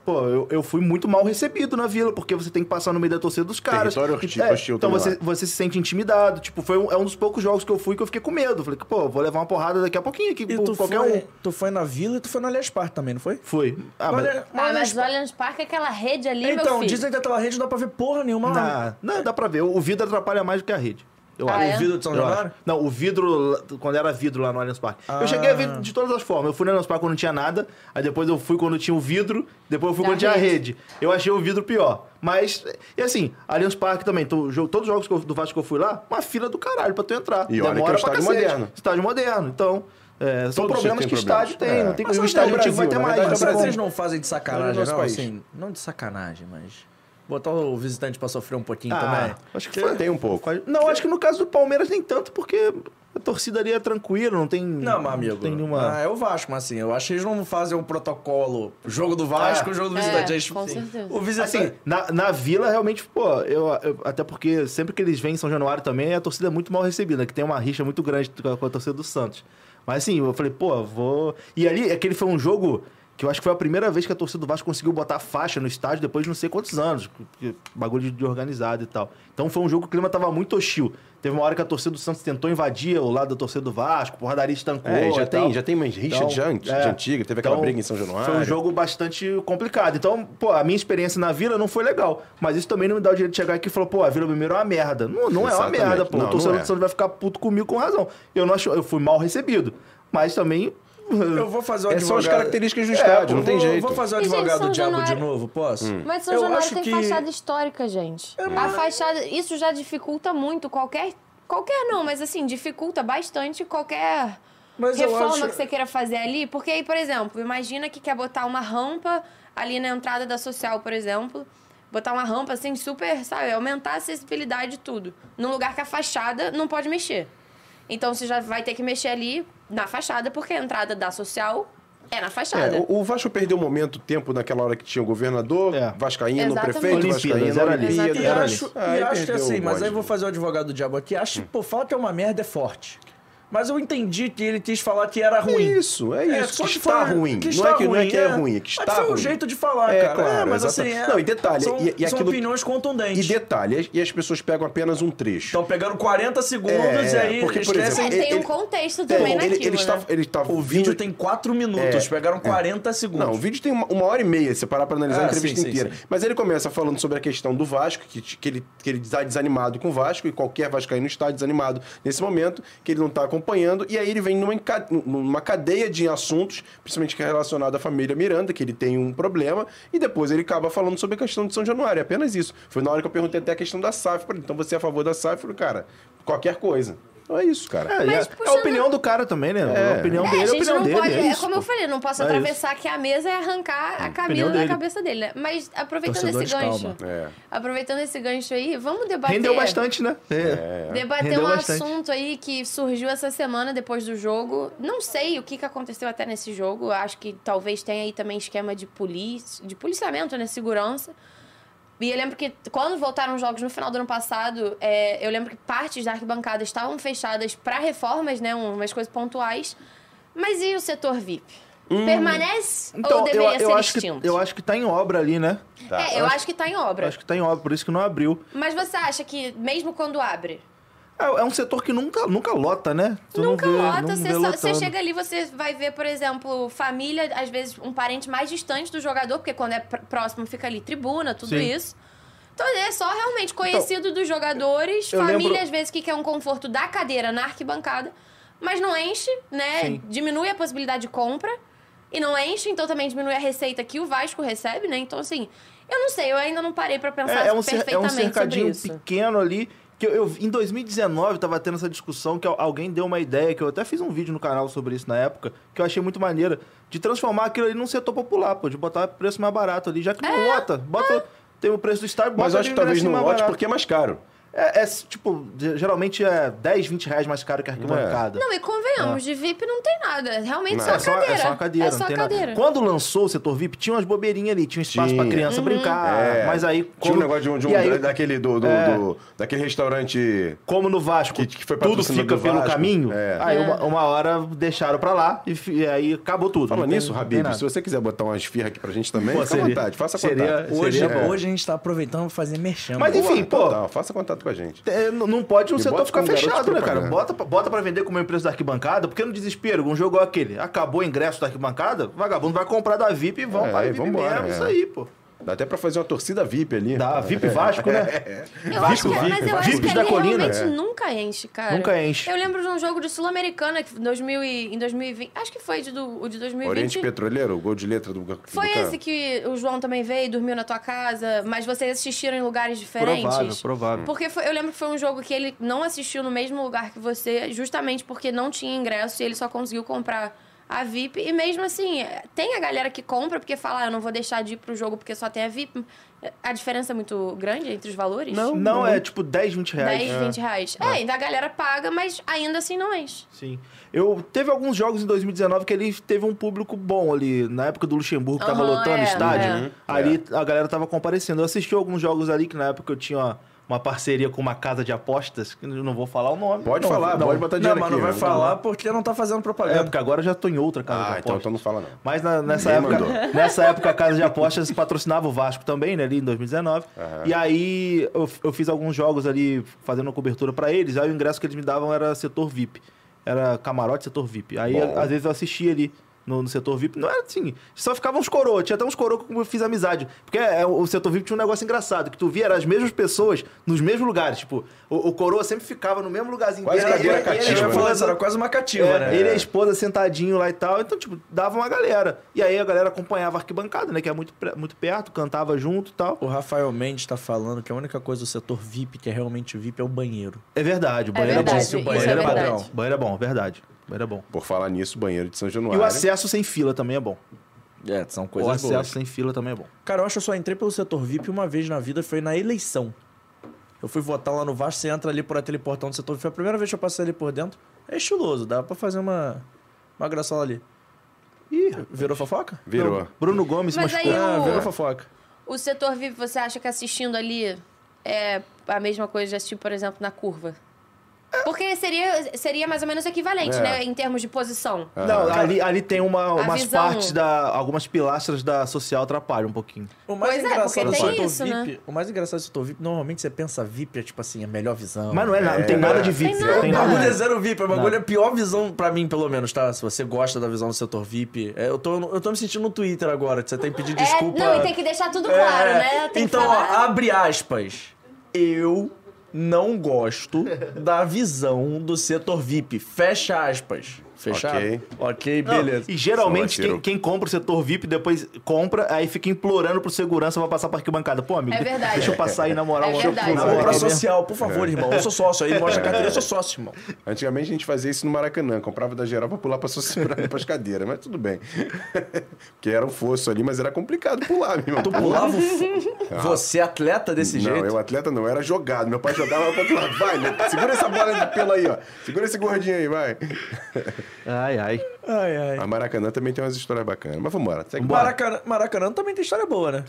Pô, eu, eu fui muito mal recebido na vila, porque você tem que passar no meio da torcida dos caras. Território hostil- É, hostil então também você, lá. você se sente intimidado. Tipo, foi um, é um dos poucos jogos que eu fui que eu fiquei com medo. Falei, que, pô, vou levar uma porrada daqui a pouquinho aqui E por tu qualquer foi, um. tu foi na Vila e tu foi no Allianz Parque também, não foi? Foi. Ah, mas- Olha- Ah, mas o Allianz- Allianz Parque é aquela rede ali, meu Então, filho. dizem que aquela rede não dá pra ver porra nenhuma lá. Na- não, dá pra ver. O vidro atrapalha mais do que a rede. Eu Ah, acho. é? O vidro de São Eu acho. Januário? Não, o vidro, lá- quando era vidro lá no Allianz Parque. Ah. Eu cheguei a ver de todas as formas. Eu fui no Allianz Parque quando não tinha nada, aí depois eu fui quando tinha o vidro, depois eu fui Da quando tinha a rede. rede. Eu achei o vidro pior. Mas, e assim, Allianz Parque também, tu- jo- todos os jogos que eu- do Vasco que eu fui lá, uma fila do caralho pra tu entrar. E olha que é um estádio cacete. moderno. Estádio moderno, então... é, são Todos problemas têm que o problemas. estádio tem, É. não tem Mas como. sabe, O estádio no antigo vai ter Brasil, na mais. verdade, Mas não é no tem como. vocês não fazem de Olha o sacanagem, nosso não, país. assim, não de sacanagem, mas botar o visitante pra sofrer um pouquinho Ah, também. acho que foi. Tem um pouco. Quase- Não, acho que no caso do Palmeiras nem tanto, porque a torcida ali é tranquila, não tem. Não, meu amigo. Não tem nenhuma. Ah, é o Vasco, mas assim, eu acho que eles não fazem um protocolo. Jogo do Vasco, É. jogo do É, visitante. Eles- com certeza. O visitante. é- Assim, na, na vila, realmente, pô, eu, eu- Até porque sempre que eles vêm em São Januário também, a torcida é muito mal recebida, que tem uma rixa muito grande com a, com a torcida do Santos. Mas assim, eu falei, pô, vou. E ali, aquele foi um jogo que eu acho que foi a primeira vez que a torcida do Vasco conseguiu botar faixa no estádio depois de não sei quantos anos. porque Bagulho de organizado e tal. Então foi um jogo que o clima tava muito hostil. Teve uma hora que a torcida do Santos tentou invadir o lado da torcida do Vasco, porradaria estancou. É, e já tal. tem, já tem mais rixa Então, de, ant- é. de antiga, teve aquela Então, briga em São Januário. Foi um jogo bastante complicado. Então, pô, a minha experiência na Vila não foi legal. Mas isso também não me dá o direito de chegar aqui e falar, pô, a Vila Belmiro é uma merda. Não, não é uma Exatamente. merda, pô. Não, o não torcedor é. do Santos vai ficar puto comigo com razão. Eu não acho, eu fui mal recebido. Mas também. eu vou fazer o É advogado. só as características do estádio, não eu tem vou- jeito. Hum. Vou fazer o E, gente, advogado São do diabo de Januário- novo, posso? Mas São Eu Januário acho tem que- fachada histórica, gente. A fachada, isso já dificulta muito qualquer. Qualquer não, mas assim, dificulta bastante qualquer Mas eu reforma acho- que você queira fazer ali. Porque aí, por exemplo, imagina que quer botar uma rampa ali na entrada da social, por exemplo. Botar uma rampa assim, super, sabe, aumentar a acessibilidade de tudo. Num lugar que a fachada não pode mexer. Então você já vai ter que mexer ali na fachada, porque a entrada da social é na fachada. É, o, o Vasco perdeu momento, tempo naquela hora que tinha o governador, É. Vascaíno, Exatamente. prefeito, Olimpíadas, Vascaíno, era ali. E Olimpíada. Era acho, Ah, e aí acho que perdeu o Hum. assim, mas bonde. aí eu vou fazer o advogado do diabo aqui. Acho que, pô, falar que é uma merda é forte. Mas eu entendi que ele quis falar que era ruim. Isso, é isso. só que que está foi- ruim. que não, está é que, não é ruim, que é é. ruim, é que Mas está foi o ruim. jeito de falar, É, cara. claro, É, mas exatamente. assim, é- Não, e detalhe, são, e- e são aquilo- opiniões E contundentes. detalhe, e- e as pessoas pegam apenas um trecho. Estão pegando 40 Então, segundos É, e aí porque, por esquecem. É, exemplo, tem ele- um contexto É, também ele, naquilo, ele está, né? ele está O vídeo tem 4 minutos, pegaram 40 segundos. É, Não, o vídeo tem uma, uma hora e meia, se você parar pra analisar Ah, a entrevista sim, sim, inteira. sim. Mas ele começa falando sobre a questão do Vasco, que, que ele, que ele está desanimado com o Vasco, e qualquer vascaíno está desanimado nesse momento, que ele não está acompanhando. E aí ele vem numa, enca- numa cadeia de assuntos, principalmente que é relacionado à família Miranda, que ele tem um problema. E depois ele acaba falando sobre a questão de São Januário. É apenas isso. Foi na hora que eu perguntei até a questão da SAF. pra ele. Então você é a favor da SAF? Eu falei, cara, qualquer coisa. Então é isso, cara. É, e Mas é- é a puxando- opinião do cara também, né? É. A opinião É, dele a é a gente opinião não dele. pode. é É, isso, como pô. eu falei, não posso É atravessar aqui a mesa e arrancar a camisa da dele. cabeça dele. né? Mas aproveitando Torcedores, esse gancho. calma. É. Aproveitando esse gancho aí, vamos debater. Rendeu bastante, né? É. Debater Rendeu um bastante. assunto aí que surgiu essa semana depois do jogo. Não sei o que, que aconteceu até nesse jogo. Acho que talvez tenha aí também esquema de polícia, de policiamento, né? Segurança. E eu lembro que quando voltaram os jogos no final do ano passado, é, eu lembro que partes da arquibancada estavam fechadas para reformas, né? Umas coisas pontuais. Mas e o setor VIP? Permanece ou Hum. Então, eu, deveria eu ser acho que, extinto? eu acho que tá em obra ali, né? É, eu acho que tá em Eu obra. acho que tá em obra, por isso que não abriu. Mas você acha que mesmo quando abre, É, é um setor que nunca, nunca lota, né? Tu não Nunca vê- lota, não você, vê só- você lotando. chega ali, você vai ver, por exemplo, família, às vezes um parente mais distante do jogador, porque quando é pr- próximo fica ali tribuna, tudo Sim. isso. Então é só realmente conhecido dos jogadores, eu família lembro- às vezes que quer um conforto da cadeira na arquibancada, mas não enche, né? Sim. Diminui a possibilidade de compra e não enche, então também diminui a receita que o Vasco recebe, né? Então assim, eu não sei, eu ainda não parei pra pensar É, é um, cer- é um Tá perfeitamente sobre cercadinho isso. pequeno ali. Que eu, eu- em 2019 tava tendo essa discussão que al- alguém deu uma ideia, que eu até fiz um vídeo no canal sobre isso na época, que eu achei muito maneira, de transformar aquilo ali num setor popular, pô, de botar preço mais barato ali, já que É. não lota. Bota, tem o preço do Starbucks. Mas eu acho ali que no talvez ingresso não mais lote barato. porque é mais caro. É, é, tipo, de- geralmente é 10, 20 reais mais caro É. que a arquibancada. Não, e convenhamos, de VIP não tem nada. Realmente Não, só, Ah. É só, cadeira. é só uma cadeira, É só não tem cadeira. nada. Quando lançou o setor VIP, tinha umas bobeirinhas ali, tinha um espaço pra Tinha. criança Uhum. brincar, É. Ah, mas aí... Tinha quando- um negócio de um, de um- e aí- daquele, do, do- É. do- daquele restaurante. como no Vasco, Que- que foi tudo patrocinador fica do pelo Vasco. caminho, É. aí uma, uma hora deixaram pra lá e, fi- e aí acabou tudo. Falando Não tem- nisso, não tem Rabib, nada. se você quiser botar umas firras aqui pra gente também, Pô, fica à seria- vontade, faça seria- contato. é Hoje, Seria bom. hoje a gente tá aproveitando pra fazer merchan. Mas Boa. enfim, pô. total, faça contato com a gente. É, n- não pode um Me setor bota ficar como garoto de fechado, né, cara? propaganda. Bota, pra- bota pra vender como o preço da arquibancada, porque no desespero, um jogo é aquele. Acabou o ingresso da arquibancada, vagabundo vai comprar da VIP e vão É, para e VIP vambora, mesmo, é. isso aí, pô. Dá até pra fazer uma torcida VIP ali. É. Da VIP Vasco, né? Eu acho que, mas eu acho que Vipers ali da colina. é. realmente nunca enche, cara. Nunca enche. Eu lembro de um jogo de Sul-Americana que em 2000 e- em 2020. Acho que foi de do- o de 2020. Oriente Petroleiro, o gol de letra do do foi tá. cara. esse que o João também veio, dormiu na tua casa, mas vocês assistiram em lugares diferentes? Provável, provável. Porque foi- eu lembro que foi um jogo que ele não assistiu no mesmo lugar que você, justamente porque não tinha ingresso e ele só conseguiu comprar a VIP. E mesmo assim, é, tem a galera que compra porque fala, ah, eu não vou deixar de ir pro jogo porque só tem a VIP. A diferença é muito grande entre os valores? Não, é tipo 10, 20 reais. 10, 20 reais. É, ainda a galera paga, mas ainda assim não enche. Sim. Eu teve alguns jogos em 2019 que ele teve um público bom ali. Na época do Luxemburgo, que tava Aham, lotando é, o estádio. Uhum. é. Ali a galera tava comparecendo. Eu assisti alguns jogos ali que na época eu tinha uma, uma parceria com uma casa de apostas, que eu não vou falar o nome. Pode não, falar, não. pode botar Não, dinheiro mas aqui. não vai né? falar porque não tá fazendo É, propaganda. porque agora eu já tô em outra casa de Ah, então, apostas. então não fala não. Mas na- nessa, Ninguém época, mandou. nessa época a Casa de Apostas patrocinava o Vasco também, né? Ali em 2019. E aí eu, eu fiz alguns jogos ali fazendo cobertura pra eles. Aí o ingresso que eles me davam era setor VIP. Era camarote setor VIP. Aí Bom. às vezes eu assistia ali no, no setor VIP. Não era assim. Só ficavam uns coroas. Tinha até uns coroas que eu fiz amizade. Porque é, o setor VIP tinha um negócio engraçado. Que tu via eram as mesmas pessoas nos mesmos lugares. Tipo, o, o coroa sempre ficava no mesmo lugarzinho. Quase dele. cadeira Ele- ele- cativa, ele- Eu ia né? falar isso, era quase uma cativa, é, né? Ele e a esposa sentadinho lá e tal. Então, tipo, dava uma galera. E aí a galera acompanhava a arquibancada, né? Que é muito, pre- muito perto, cantava junto e tal. O Rafael Mendes tá falando que a única coisa do setor VIP que é realmente VIP é o banheiro. É verdade, o banheiro é, verdade, bom. isso banheiro é verdade. bom. banheiro é bom, verdade. banheiro é bom. Por falar nisso, banheiro de São E Januário. o acesso sem fila também é bom. É, são o acesso sem fila também é bom. Cara, eu acho que eu só entrei pelo setor VIP uma vez na vida, foi na eleição. Eu fui votar lá no Vasco, você entra ali por aquele portão do setor VIP. Foi a primeira vez que eu passei ali por dentro. É estiloso, dá pra fazer uma, uma graçola ali. Ih, Virou fofoca? Virou. não, Bruno Gomes Mas machucou. aí Ah, o- virou fofoca. O setor VIP, tipo, você acha que assistindo ali é a mesma coisa de assistir, por exemplo, na curva? Porque seria, seria mais ou menos equivalente, É. né? Em termos de posição. Não, ali, ali tem uma, umas visão- partes da. Algumas pilastras da social atrapalham um pouquinho. O mais Pois é, engraçado porque se tem eu tô isso, VIP, né? o mais engraçado se eu tô VIP, normalmente você pensa VIP é tipo assim, a melhor visão. Mas não é, nada, não tem nada de VIP. Tem não Tem O bagulho é nada. zero VIP, o bagulho é a pior visão pra mim, pelo menos, tá? Se você gosta da visão do setor VIP. É, eu, tô, eu tô me sentindo no Twitter agora, você tem que pedir desculpa. É, não, e tem que deixar tudo claro, É, né? Tem então, que falar. ó, abre aspas. Eu não gosto da visão do setor VIP. Fecha aspas. Fechado? Ok. Ok, Não, beleza. E Seu geralmente quem, arteiro. quem compra o setor VIP depois compra, aí fica implorando pro segurança pra passar pra arquibancada. Pô, amigo, É verdade. deixa eu passar aí na moral. É deixa eu verdade. pular. Na moral É mesmo. Tá social, por favor, irmão. Eu sou sócio aí, É. mostra a carteira, eu sou sócio, irmão. Antigamente a gente fazia isso no Maracanã, comprava da geral pra pular pra sociedade para pras cadeiras, mas tudo bem. Porque era um fosso ali, mas era complicado pular, meu irmão. Tu pulava o f- Você é atleta desse não, jeito? eu atleta não, eu era jogado. Meu pai jogava pra pular. Vai, né? segura essa bola de pelo aí, ó. Segura esse gordinho aí, vai. Ai, ai. Ai, ai. A Maracanã também tem umas histórias bacanas. Mas vambora. Segue Maracanã, Maracanã também tem história boa, né?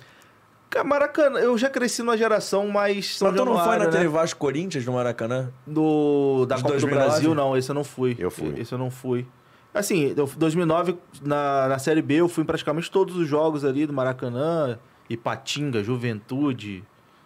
Cara, Maracanã, eu já cresci numa geração mais São Mas tu não foi Januário, na né? TV Vasco Corinthians no Maracanã? Do, da De Copa 2009? do Brasil, não, esse eu não fui. Eu fui. Esse eu não fui. Assim, eu- 2009, na, na Série B, eu fui em praticamente todos os jogos ali do Maracanã, Ipatinga, Juventude,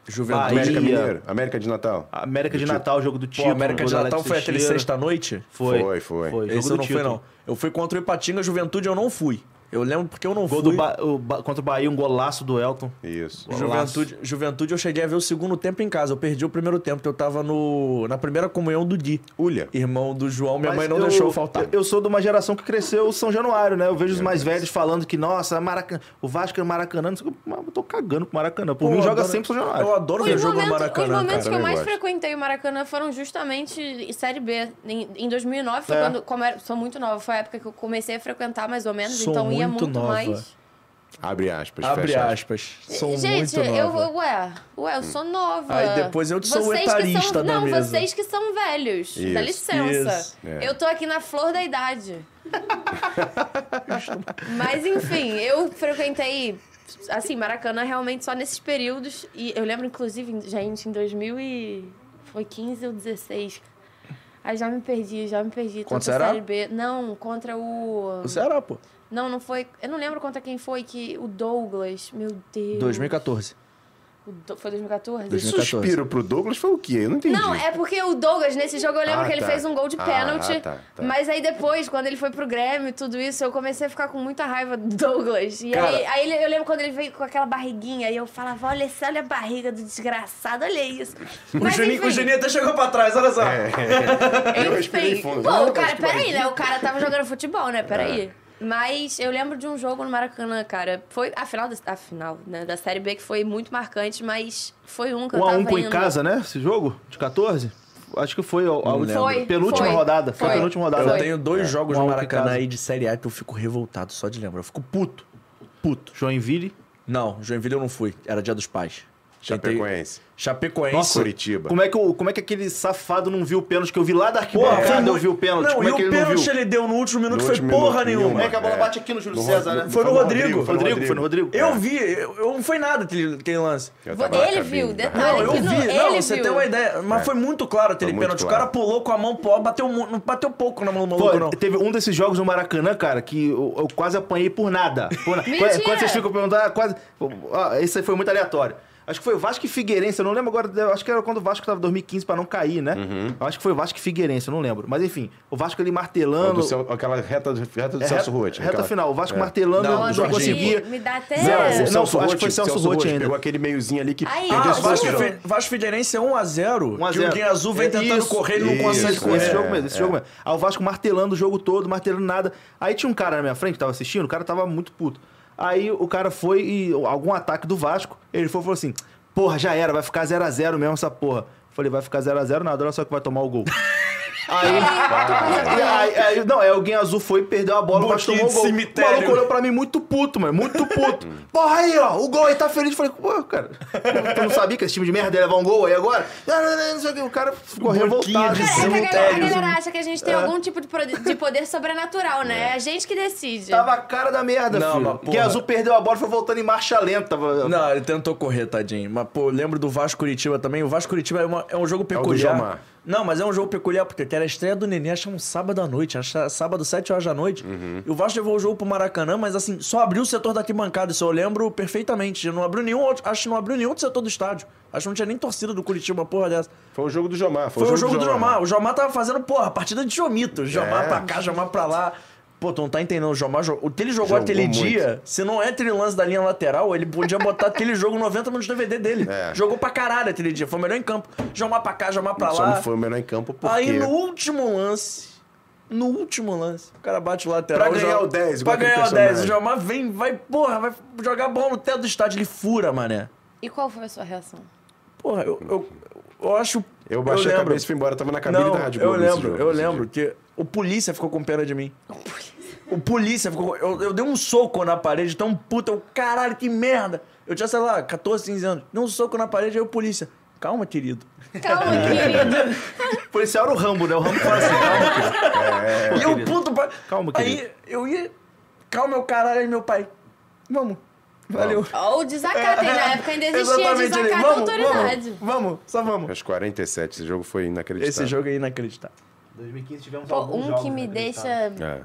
Juventude. América Bahia. Mineiro, América de Natal. América de Do Tito. Natal, jogo do Pô, Tito. a América tá um de gol do Natal Alex foi aquele Teixeira. sexta-noite? Foi, Foi, foi. jogo Esse do eu não fui, Tito. não. Eu fui contra o Ipatinga, Juventude, eu não fui. Eu lembro porque eu não Gol fui. do Ba- o Ba- contra o Bahia, um golaço do Elton. Isso. Bom. Juventude, Juventude, eu cheguei a ver o segundo tempo em casa. Eu perdi o primeiro tempo, que eu tava no, na primeira comunhão do Di. Ulha. Irmão do João, minha Mas mãe não eu- deixou eu faltar. Eu, eu sou de uma geração que cresceu São Januário, né? Eu vejo os mais velhos falando que, nossa, Maracanã, o Vasco é Maracanã, não sei o que, mas eu tô cagando pro Maracanã. Por Pô, mim, eu joga adoro- sempre São Januário. Eu adoro ver Os jogo no momentos, os Maracanã, momentos cara. que eu eu mais gosto. frequentei o Maracanã foram justamente Série B. Em, em 2009 foi É. quando... Como era- sou muito nova, foi a época que eu comecei a frequentar mais ou menos. Sou então muito ia muito nova. mais... Abre aspas, Abre fecha aspas. Sou Gente, muito eu, nova. ué, ué, eu sou nova. Aí depois eu que sou o Vocês que etarista são, da não, mesa. vocês que são velhos. Isso, Dá licença. isso. É. Eu tô aqui na flor da idade. Mas enfim, eu frequentei assim, Maracanã realmente só nesses períodos e eu lembro inclusive, em- gente, em 2000 e foi 15 ou 16. Aí já me perdi, já me perdi. Tô Contra com o Ceará? Série B. Não, contra o O Ceará, pô. Não, não foi, eu não lembro contra quem foi que o Douglas, meu Deus. 2014. O Do- Foi 2014? Esse 2014. suspiro pro Douglas foi o quê? Eu não entendi. Não, é porque o Douglas, nesse jogo, eu lembro Ah, que ele tá. fez um gol de Ah, pênalti. tá, tá. Mas aí depois, quando ele foi pro Grêmio e tudo isso, eu comecei a ficar com muita raiva do Douglas. E Cara. aí, aí ele- eu lembro quando ele veio com aquela barriguinha e eu falava: olha, essa, olha a barriga do desgraçado, olha isso. O Mas, Juninho, enfim, o Juninho até chegou pra trás, olha só. É. Eu enfim. respirei fundo. Pô, Não, o cara, mas que peraí, barriguinha. né? O cara tava jogando futebol, né? Peraí. Mas eu lembro de um jogo no Maracanã, cara. Foi a final, da, a final né, da Série B que foi muito marcante, mas foi um que eu Um a tava um foi em indo. casa, né? Esse jogo? De 14? Acho que foi a, a última- Foi, penúltima foi. rodada. Foi, a Foi. penúltima Foi. rodada. Eu tenho dois jogos Um a no um Maracanã picado. aí de Série A que eu fico revoltado só de lembrar. Eu fico puto. Puto. Joinville. Não, Joinville eu não fui. Era dia dos pais. Chapecoense. Tentei- Chapecoense. Nossa, Curitiba. Como é, que o- como é que aquele safado não viu o pênalti que eu vi lá da Porra, arquibancada? foi eu vi É, o pênalti. Não, como e é que o ele não pênalti viu? ele deu no último minuto, No foi último porra minuto, nenhuma. nenhuma. Como é que a bola É. bate aqui no Júlio No César, Rodrigo. né? Foi no Rodrigo. Foi no Rodrigo, foi no Rodrigo. É. Eu vi, eu, eu não foi nada aquele, aquele lance. Eu Vo- tava na ele cabine, viu, tá? detalhe. Não, eu É que não, vi. ele Não, você viu. tem uma ideia. Mas foi muito claro aquele É. Foi muito pênalti. O claro. cara pulou com a mão pro alto, bateu mu- não bateu pouco na mão do Pô, maluco, não. teve um desses jogos no Maracanã, cara, que eu, eu quase apanhei por nada. Por na- Quando- Mentira! Quando vocês ficam perguntando, ah, quase. Ah, esse aí foi muito aleatório. Acho que foi Vasco e Figueirense, eu não lembro agora, eu acho que era quando o Vasco tava em 2015 pra não cair, né? Eu Acho que foi Vasco e Figueirense, eu não lembro. Mas enfim, o Vasco ali martelando. Do Cel- Aquela reta, do- reta do É, Celso reta- Roth. Reta aquela- final, o Vasco martelando, Não, não, Jorginho, conseguia. Me dá até. Não, Não, É, o Celso acho Roth. que foi Celso Roth ainda. Pegou aquele meiozinho ali que Aí, perdeu ó. Ah, esse Vasco, lateral. Fe- Vasco Figueirense é 1x0. 1 a Que 0. o Guinha Azul vem É tentando isso, correr, ele não isso, consegue correr. Esse É, jogo mesmo, esse jogo mesmo. Aí o Vasco martelando o jogo todo, martelando nada. Aí tinha um cara na minha frente, que tava assistindo, o cara tava muito puto. Aí o cara foi e algum ataque do Vasco, ele foi e falou assim: "Porra, já era, vai ficar 0 a 0 mesmo essa porra". Eu Falei, vai ficar 0 a 0 nada, olha só que vai tomar o gol. Aí, aí, aí- aí- não, é alguém azul foi, perdeu a bola, o Vasco Boquinha tomou de o gol. cemitério. O maluco olhou pra mim muito puto, mano, muito puto. Porra aí, ó, o gol aí tá feliz. Eu Falei, pô, cara, tu não sabia que esse time de merda ia levar um gol aí agora? Não, não, não, não sei o que, o cara ficou Boquinha revoltado. de Cara, é que a galera, a Cemitérios. galera acha que a gente tem algum tipo de, pro- de poder sobrenatural, né? É a gente que decide. Tava a cara da merda, Não, filho. mas porra. Porque azul perdeu a bola, foi voltando em marcha lenta. Tava- Não, ele tentou correr, tadinho. Mas, pô, eu lembro do Vasco Curitiba também. O Vasco Curitiba é, uma- é um jogo do peculiar. Gilmar. Não, mas é um jogo peculiar, porque era a estreia do Nenê, acho que é um sábado à noite, acho que é sábado, 7 horas da noite. E o Vasco levou o jogo pro Maracanã, mas assim, só abriu o setor da arquibancada, isso eu lembro perfeitamente. Não abriu nenhum outro, acho que não abriu nenhum outro setor do estádio. Acho que não tinha nem torcida do Curitiba, uma porra dessa. Foi o jogo do Jomar. É. Foi, o jogo, do Jomar. O Jomar tava fazendo, porra, partida de Jomito. Jomar pra cá, Jomar pra lá. Pô, tu não tá entendendo. O Jomar, jogou- o que ele jogou, Jogou aquele muito. dia, se não é aquele lance da linha lateral, ele podia botar aquele jogo 90 minutos de DVD dele. É. Jogou pra caralho aquele dia. Foi o melhor em campo. Jomar pra cá, Jomar pra Só lá. não foi o melhor em campo porque... Aí no último lance. No último lance, o cara bate o lateral. Pra ganhar joga- o 10, igual Pra aquele ganhar o personagem. 10. O Jomar vem, vai, porra, vai jogar a bola no teto do estádio, ele fura, mané. E qual foi a sua reação? Porra, eu, eu, eu acho. Eu baixei a lembro. cabeça e fui embora. Tava na cabine Não, da Rádio eu Globo nesse lembro, jogo, eu nesse lembro que o polícia ficou com pena de mim. O polícia ficou. com- Eu, eu dei um soco na parede, tão puta, eu, caralho, que merda! Eu tinha, sei lá, 14, 15 anos. Dei um soco na parede, aí o polícia. Calma, querido. Calma, querido. O policial era o Rambo, né? O Rambo fala assim, calma, filho. e eu puto pra. Calma, Aí eu ia. Calma, meu caralho, aí meu pai. Vamos. Valeu. Ó, o desacato, hein? Na época ainda existia Exatamente, ele, desacato à vamos, autoridade. vamos, vamos, só vamos. Aos 47, esse jogo foi inacreditável. Esse jogo é inacreditável. 2015 tivemos Pô, alguns um jogos que me inacreditáveis. deixa É.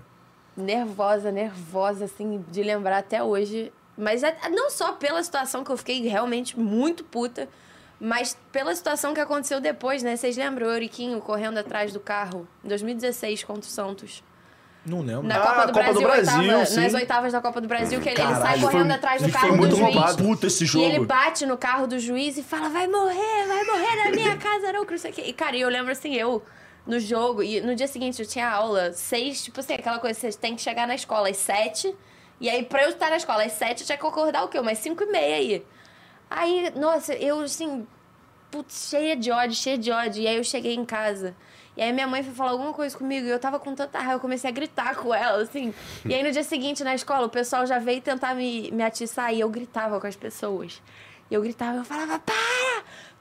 nervosa, nervosa, assim, de lembrar até hoje. Mas a- não só pela situação que eu fiquei realmente muito puta, mas pela situação que aconteceu depois, né? Vocês lembram o Euriquinho correndo atrás do carro em 2016 contra o Santos? Não lembro. Na Ah, Copa do Copa Brasil, do Brasil, oitava- sim. nas oitavas da Copa do Brasil, que ele, ele sai Caralho, correndo foi- atrás do ele foi carro muito do juiz. roubado. Puta esse jogo. E ele bate no carro do juiz e fala: vai morrer, vai morrer na minha casa, não, que não sei o quê. E, cara, eu lembro assim, eu no jogo, e no dia seguinte eu tinha aula, seis, tipo assim, aquela coisa, vocês têm que chegar na escola às sete. E aí, pra eu estar na escola às sete, eu tinha que acordar o quê? Umas cinco e meia aí. Aí, nossa, eu assim, putz, cheia de ódio, cheia de ódio. E aí eu cheguei em casa. E aí minha mãe foi falar alguma coisa comigo e eu tava com tanta raiva, eu comecei a gritar com ela, assim. E aí no dia seguinte, na escola, o pessoal já veio tentar me, me atiçar e eu gritava com as pessoas. E eu gritava, eu falava, para!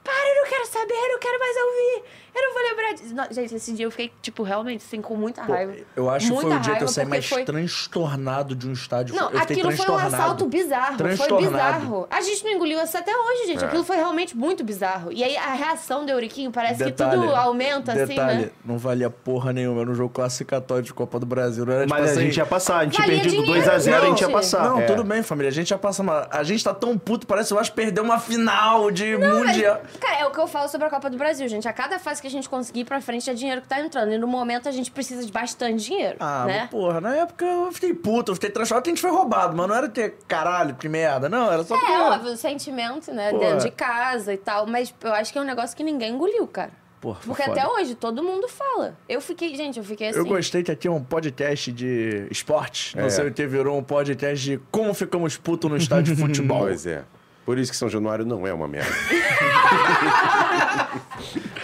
Para, eu não quero saber, eu não quero mais ouvir! Eu não vou lembrar disso. Não, gente, esse dia eu fiquei, tipo, realmente, assim, com muita Pô, raiva. Eu acho que Muita foi o dia que raiva, eu saí porque mais foi- transtornado de um estádio. não, eu fiquei aquilo foi um transtornado. assalto bizarro. Foi Transtornado. É. bizarro. A gente não engoliu isso até hoje, gente. Aquilo foi realmente muito bizarro. E aí a reação do Euriquinho parece que tudo aumenta, detalhe, assim, né? não valia porra nenhuma. Era um jogo classificatório de Copa do Brasil. Não era tipo Mas a assim, gente ia passar, a gente tinha Valia perdido dinheiro, 2x0, a gente ia gente. passar. Não, É. tudo bem, família. A gente ia passar. Mas a gente tá tão puto, parece que eu acho perder uma final de mundial. Mas, cara, é o que eu falo sobre a Copa do Brasil, gente. A cada fase que a gente conseguir ir pra frente é dinheiro que tá entrando. E no momento a gente precisa de bastante dinheiro, Ah, né? mas porra, na época eu fiquei puto, eu fiquei transtornado que a gente foi roubado, mas não era ter caralho, que merda, não, era só porque- É, óbvio, o sentimento, né? Porra. Dentro de casa e tal. Mas eu acho que é um negócio que ninguém engoliu, cara. Porra, foi Porque tá foda. até hoje todo mundo fala. Eu fiquei, gente, eu fiquei assim. Eu gostei que aqui é um podcast de esporte. Não É. sei o que virou um podcast de como ficamos puto no estádio de futebol. Pois é. Por isso que São Januário não é uma merda.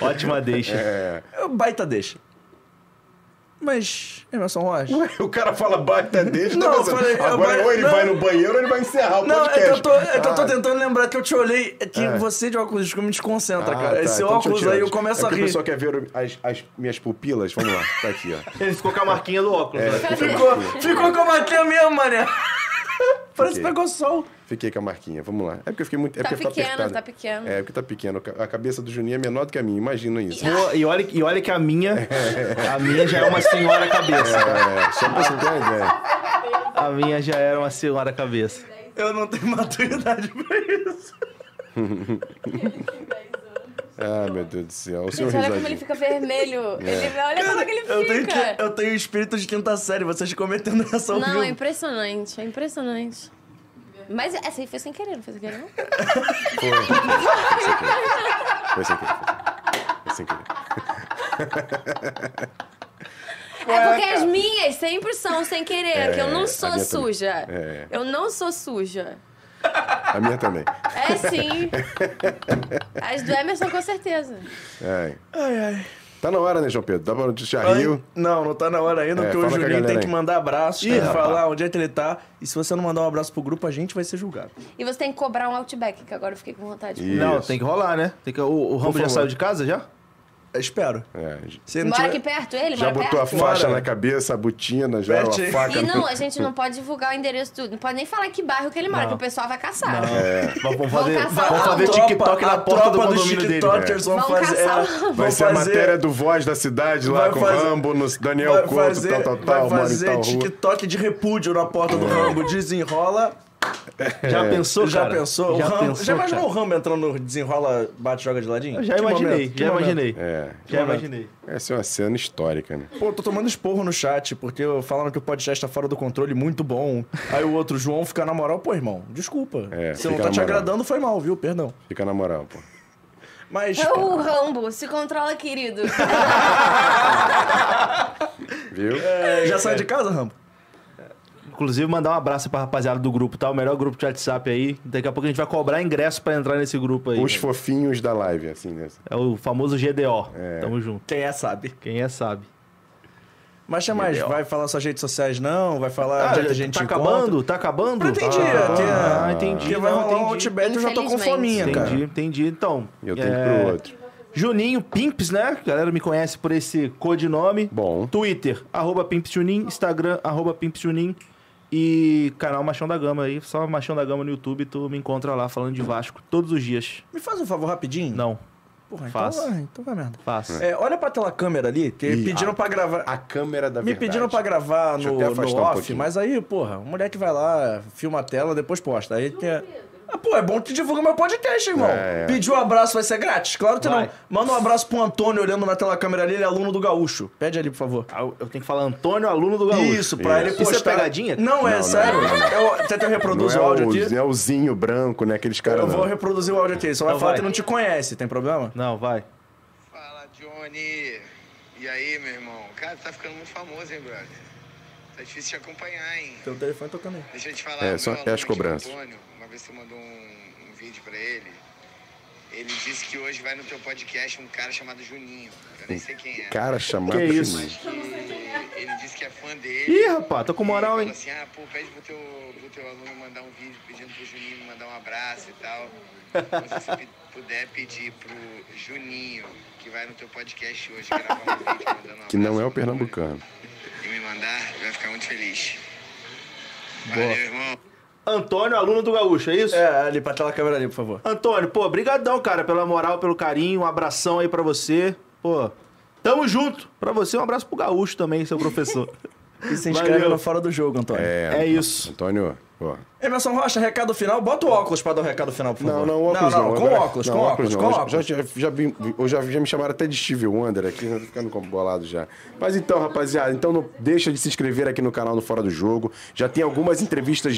Ótima deixa. Eu É Baita deixa. Mas, Emerson Rocha. o cara fala baita dele, Não, eu falei, eu Agora ba- ou ele não. vai no banheiro ou ele vai encerrar o Não, é que um podcast. eu tô, é que eu tô Ah, tentando lembrar que eu te olhei. É que É. você de óculos escuro me desconcentra, ah, cara. tá, Esse então deixa óculos tirar aí eu de- começo é a porque O rir. pessoal quer ver as, as minhas pupilas. Vamos lá, tá aqui, ó. Ele ficou com a marquinha do óculos. né? Ficou, ficou com a maquinha mesmo, mané. Parece Ok. que pegou sol. Fiquei com a marquinha, vamos lá. É porque eu fiquei muito. É Tá porque pequeno, apertado. tá pequeno. É porque tá pequeno. A cabeça do Juninho é menor do que a minha, imagina isso. Pô, E olha, e olha que a minha. A minha já é uma senhora cabeça. É, só pra você ter uma ideia. A minha já era uma senhora cabeça. Eu não tenho maturidade pra isso. Ah, meu Deus do céu. O seu Gente, olha como ele risadinho. fica vermelho. Ele, olha É como que ele fica. É. Eu tenho, que- eu tenho espírito de quinta série, vocês cometendo essa ao Não, é vivo. impressionante, é impressionante. Mas essa aí foi sem querer, não foi sem querer, não? Foi. Foi sem querer. Foi sem querer. Foi sem querer. É porque as minhas sempre são sem querer, é que eu não É, a sou minha suja. também. É. Eu não sou suja. A minha também. É sim. As do Emerson, com certeza. É. Ai, ai. Tá na hora, né, João Pedro? Dá pra noticiar Rio? Não, não tá na hora ainda, É, porque o fala com a Juninho galera tem aí. que mandar abraço e rapaz. falar onde é que ele tá. E se você não mandar um abraço pro grupo, a gente vai ser julgado. E você tem que cobrar um outback, que agora eu fiquei com vontade. de Ih. comer. Não, Isso. tem que rolar, né? Tem que, o o Rambo já favor. saiu de casa já? Espero. É, Se não Mora tiver- aqui perto ele? já Mora botou a perto? faixa Bora. na cabeça, a botina, já Mete a aí. faca. E no- não, a gente não pode divulgar o endereço tudo. Não pode nem falar que bairro que ele mora, Não. que o pessoal vai caçar. É Mas Vamos fazer, caçar o vamos fazer Vamos tropa- TikTok na a porta do tropa dos condomínio dele. TikTokers vão Vão fazer. caçar é, o- vão Vai ser a fazer- matéria do Voz da Cidade lá vai com o fazer- Rambo, no Daniel vai Couto, fazer- tal, tal, tal, Vai mora em fazer tal rua. TikTok de repúdio na porta do Rambo. Desenrola. Já pensou, já cara? pensou? Já o Rambo, pensou, já imaginou cara? o Rambo entrando no desenrola, bate, joga de ladinho? Eu já Que imaginei, momento, que já momento. imaginei. É. Já imaginei. Essa é uma cena histórica, né? Pô, tô tomando esporro no chat, porque falaram que o podcast tá fora do controle, muito bom. Aí o outro, João, fica na moral, pô, irmão, desculpa. É, Se não fica tá na te moral. agradando, foi mal, viu? Perdão. Fica na moral, pô. Mas. É o Rambo, se controla, querido. Viu? é, já saiu de casa, Rambo? Inclusive, mandar um abraço pra rapaziada do grupo, tá? O melhor grupo de WhatsApp aí. Daqui a pouco a gente vai cobrar ingresso pra entrar nesse grupo é. aí. Os fofinhos da live, assim, né? É o famoso GDO. Tamo junto. Quem é, sabe. Quem é, sabe. Mas tinha mais, vai falar suas redes sociais não? Vai falar onde é que a gente tá encontra? acabando? Tá acabando? Pretendia ter- Ah, entendi. Porque vai não, rolar um entendi. outback eu já tô com Infelizmente. fominha, cara. Entendi, entendi. Então. E eu tenho é, que ir pro outro. Juninho Pimps, né? A galera me conhece por esse codinome. Bom. Twitter, arroba Pimps Juninho. Instagram, arroba Pimps Juninho. E canal Machão da Gama aí. Só Machão da Gama no YouTube. Tu me encontra lá falando de Vasco todos os dias. Me faz um favor rapidinho. Não, Porra, Faço. então vai, então vai merda. faço. É, olha pra tela câmera ali, que Ih, pediram pra gravar. A câmera da Me verdade. pediram pra gravar Deixa eu no, até no afastar um off, pouquinho. mas aí, porra, o moleque vai lá, filma a tela, depois posta. Aí tem. a- Ah, pô, é bom que divulga meu podcast, irmão. É, é. Pedir um abraço vai ser grátis? Claro que Vai. não. Manda um abraço pro Antônio olhando na tela câmera ali, ele é aluno do Gaúcho. Pede ali, por favor. Ah, Eu eu tenho que falar Antônio, aluno do Gaúcho. Isso, pra ele Isso é postar. pegadinha? Não, é Não, sério. não, não. Eu até que eu Não reproduzo é o áudio o- aqui. não é o zinho branco, né? Aqueles Eu caras. vou não. reproduzir o áudio aqui. Só vai Então falar vai. que não te conhece, tem problema? Não, vai. Fala, Johnny! E aí, meu irmão? Cara, tu tá ficando muito famoso, hein, brother? Tá difícil te acompanhar, hein? Tem o telefone tocando aí. Deixa eu te falar. É, meu só- é aluno as aqui, cobranças. Antônio, uma vez tu mandou um, um vídeo pra ele. Ele disse que hoje vai no teu podcast um cara chamado Juninho. Eu nem sei quem é. Cara chamado Que isso? Juninho. Que ele disse que é fã dele. Ih, rapaz, tô com moral, Ele hein? falou assim, ah, pô, pede pro teu, pro teu aluno mandar um vídeo pedindo pro Juninho me mandar um abraço e tal. Então, se você pe- puder pedir pro Juninho, que vai no teu podcast hoje, gravar um vídeo mandando um abraço. Que não é o pro Júnior pernambucano. E me mandar, ele vai ficar muito feliz. Valeu, irmão. Antônio, aluno do Gaúcho, é isso? É, ali, pra tela câmera ali, por favor. Antônio, pô, brigadão, cara, pela moral, pelo carinho, um abração aí pra você. Pô, tamo junto. Pra você, um abraço pro Gaúcho também, seu professor. E se inscreve Valeu. no Fora do Jogo, Antônio. É, isso. Antônio, ó. Emerson Rocha, recado final. Bota o óculos pra dar o recado final, por Não, favor. não, óculos não. com agora- óculos, não, com óculos, não. com Já- óculos. Já, já, já, vi- eu já, já me chamaram até de Steve Wonder aqui, né? tô ficando com- bolado já. Mas então, rapaziada, então não deixa de se inscrever aqui no canal do Fora do Jogo. Já tem algumas entrevistas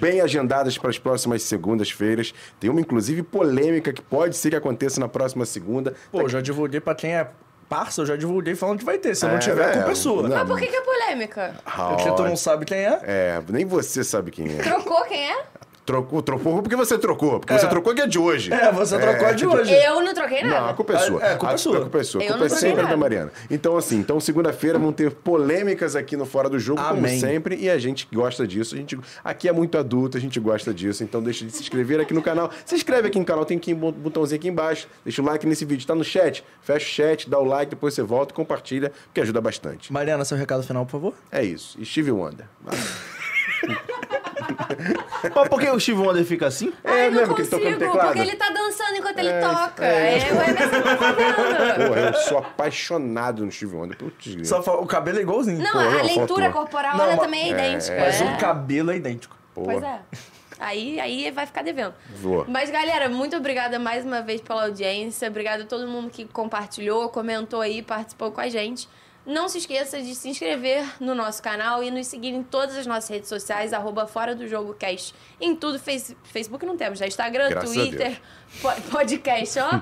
bem agendadas para as próximas segundas-feiras. Tem uma, inclusive, polêmica que pode ser que aconteça na próxima segunda. Pô, eu já divulguei pra quem é parça, eu já divulguei falando que vai ter. Se eu não É, tiver, é culpa é, é sua. não. Mas por que, que é polêmica? Porque tu não sabe quem é. É, nem você sabe quem é. Trocou quem é? Trocou, trocou porque você trocou. Porque você trocou que é de hoje. É, você trocou a de hoje. Eu não troquei Não, a nada. culpa é sua. É, a culpa é sua. A culpa é sua. A Eu culpa não é tô sempre ligado. da Mariana. Então, assim, então segunda-feira vão ter polêmicas aqui no Fora do Jogo, como Amém. sempre, e a gente gosta disso. A gente, aqui é muito adulto, a gente gosta disso. Então deixa de se inscrever aqui no canal. Se inscreve aqui no canal, tem aqui um botãozinho aqui embaixo. Deixa o like nesse vídeo. Tá no chat? Fecha o chat, dá o like, depois você volta e compartilha, porque ajuda bastante. Mariana, seu recado final, por favor. É isso. E Steve Wonder. Mas por que o Steve Wonder fica assim? Ai, É, não lembra que ele consigo, tocando teclado? porque ele tá dançando enquanto ele É, toca. é. É, o Emerson tá fazendo. Porra, eu sou apaixonado no Steve Wonder. Putz, grilo. Só fala- o cabelo é igualzinho. Não, Pô, eu a foto leitura lá. corporal Não, ela mas- também é idêntica. Mas é. o cabelo é idêntico. Porra. Pois é. Aí, aí vai ficar devendo. Voa. Mas, galera, muito obrigada mais uma vez pela audiência. Obrigada a todo mundo que compartilhou, comentou aí, participou com a gente. Não se esqueça de se inscrever no nosso canal e nos seguir em todas as nossas redes sociais, arroba Fora do Jogo Cast. Em tudo, face- Facebook não temos, já Instagram, Graças a Deus. Twitter, po- podcast, ó.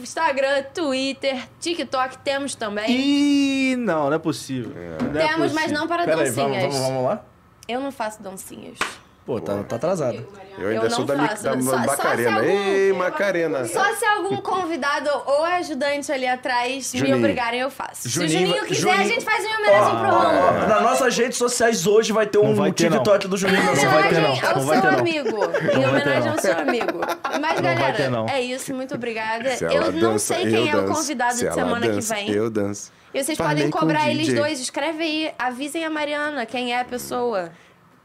Instagram, Twitter, TikTok temos também. Ih, não, não é possível. É. Não é temos, mas possível. não para Peraí, dancinhas. vamos, vamos, vamos lá? Eu não faço dancinhas. Pô, tá, tá atrasado. Eu ainda Eu sou não da, mi- faço, da mas só- só Macarena. se algum- Ei, Macarena. Só se algum convidado ou ajudante ali atrás Juninho. me obrigarem, eu faço. Se o Juninho- Juninho quiser, a Juninho- gente faz uma homenagem pro Romulo. Nas nossas redes sociais hoje vai ter um vai ter, não. TikTok do Juninho. Em Não vai ter, não. homenagem ao Não vai seu ter, não. amigo. Em Não vai ter, homenagem não. ao seu amigo. Mas, vai galera, ter, não. é isso. Muito obrigada. Se É, eu ela não dança, sei eu quem é o danço. convidado Se de ela semana dança, que vem. Eu danço. E vocês Falei podem com o cobrar eles DJ. dois. Escreve aí. Avisem a Mariana quem é a pessoa.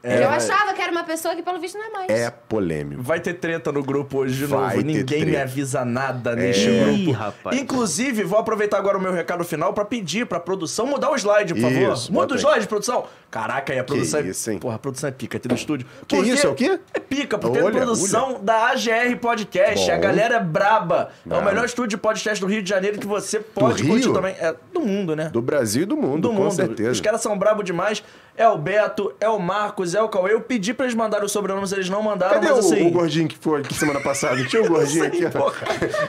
eu achava que era uma pessoa que, pelo visto, não é mais. É polêmico. Vai ter treta no grupo hoje de Vai novo. ter Ninguém me treta. É. avisa nada neste Ih, grupo. rapaz. Inclusive, vou aproveitar agora o meu recado final pra pedir pra produção mudar o slide, por favor. Isso, Muda bota o aí. slide, produção. Caraca, aí a produção é. isso, hein? Porra, a produção é pica aqui do estúdio. Que Porque isso, é o quê? É pica, porque é Olha, produção da AGR Podcast. Bom. A galera é braba. É o Brabo. melhor estúdio de podcast do Rio de Janeiro que você pode Do curtir Rio? também. É do mundo, né? Do Brasil e do mundo, do com mundo. certeza. Os caras são brabo demais. É o Beto, é o Marcos, é o Cauê. Eu pedi pra eles mandarem os sobrenomes, eles não mandaram, Cadê mas o, assim. o gordinho que foi aqui semana passada? Tinha o gordinho aqui, ó.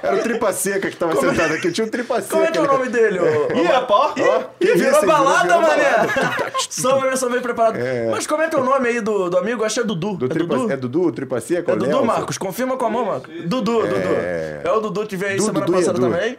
Era o Tripa Seca que tava sentado aqui. Tinha o Tripa Seca. é Como é né? que é o ali. nome dele? ô- Ih, rapaz! Ih, Ó, Ih, que virou isso, hein? balada, Virou mané! Sobre só bem preparado. É. Mas comenta o nome aí do, do amigo, acho que é Dudu. Do é tripa, Dudu? É assim. Dudu, o Tripa Seca? É o Dudu, Nelson? Marcos, confirma com a mão, Marcos. Dudu, Dudu. É o Dudu que veio aí Du, semana Dudu e passada Edu. também.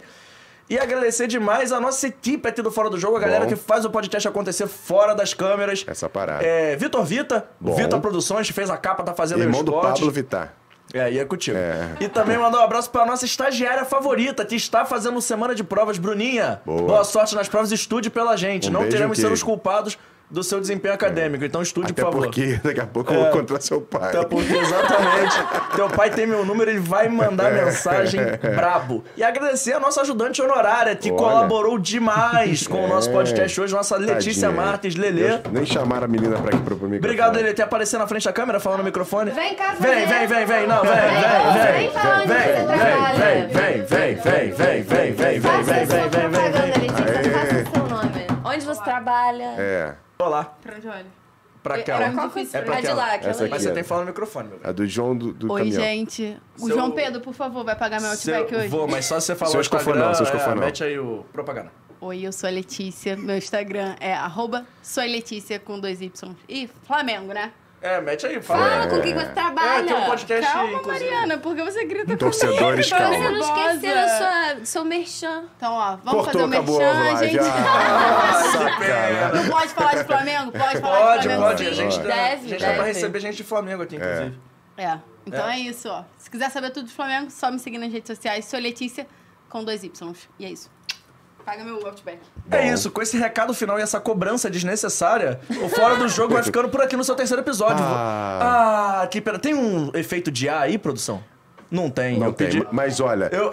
E agradecer demais a nossa equipe aqui do Fora do Jogo, a galera Bom. que faz o podcast acontecer fora das câmeras. Essa parada. É, Vitor Vita, Bom. Vita Produções, que fez a capa, tá fazendo aí Irmão os do cortes. Pablo Vittar. É, e é contigo. É. E também mandar um abraço pra nossa estagiária favorita, que está fazendo semana de provas, Bruninha. Boa. sorte nas provas, estude pela gente. Um Não beijo, teremos querido. seus culpados do seu desempenho acadêmico. Então estude, Até por favor. É. Tá porque daqui a pouco eu vou encontrar seu pai. Até porque, exatamente. Teu pai tem meu número, ele vai mandar É. mensagem brabo. E agradecer a nossa ajudante honorária, que Olha. colaborou demais com o nosso É. podcast hoje, nossa Letícia Tadinha. Martins, Lelê. né? Deus, nem chamaram a menina pra ir pro pro microfone. Obrigado, Lelê, ter aparecido na frente da câmera, falando no microfone. Vem cá Vem, fazer. vem, vem, vem. Não, vem, Vem, vem, vem. falar onde você trabalha. Vem, vem, vem, vem, vem, vem, vem, vem, Faça vem, a sua vem, vem, vem, propaganda, vem. Letícia. Aê. Faça o seu nome. Onde você trabalha. É, Olá, Pra onde olha? pra cá. Era qual que difícil É pra a de aquela. lá, aquela Essa ali. aqui. Mas você tem que falar no microfone, meu velho. a do João do, do Oi, caminhão. gente. O Seu- João Pedro, por favor, vai pagar meu Seu- outback hoje? Vou, mas só se você falar Seu o Instagram, escofonão, seu é, escofonão. mete aí o propaganda. Oi, eu sou a Letícia. Meu Instagram é arroba soyletícia com dois Y. E Flamengo, né? É, mete aí, fala. Fala com quem É, você trabalha. tem um podcast, Calma, inclusive. Mariana, porque você grita Um Torcedores, comigo, Você calma. não tá nervosa. esqueceu a sua, seu merchan. Então, ó, vamos Cortou, fazer o acabou merchan, a live. gente. Ah, Pena. sacanagem. Não pode falar de Flamengo? Pode falar Pode, de Flamengo pode. sim. A gente tá- dá- a Deve, gente dá pra deve. receber gente de Flamengo aqui, inclusive. É, então É. é. isso, ó. Se quiser saber tudo de Flamengo, só me seguir nas redes sociais. Sou Letícia com dois Y. E é isso. Paga meu outback. É isso, com esse recado final e essa cobrança desnecessária, o Fora do Jogo vai ficando por aqui no seu terceiro episódio. Ah, Ah. que pera. Tem um efeito de ar aí, produção? Não tem. Não eu tem, pedi. mas olha. Eu-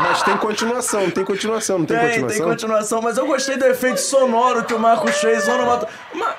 Mas tem continuação, tem continuação, não tem, Tem, tem continuação? continuação, mas eu gostei do efeito sonoro que o Marcos fez. Onomato... Ma...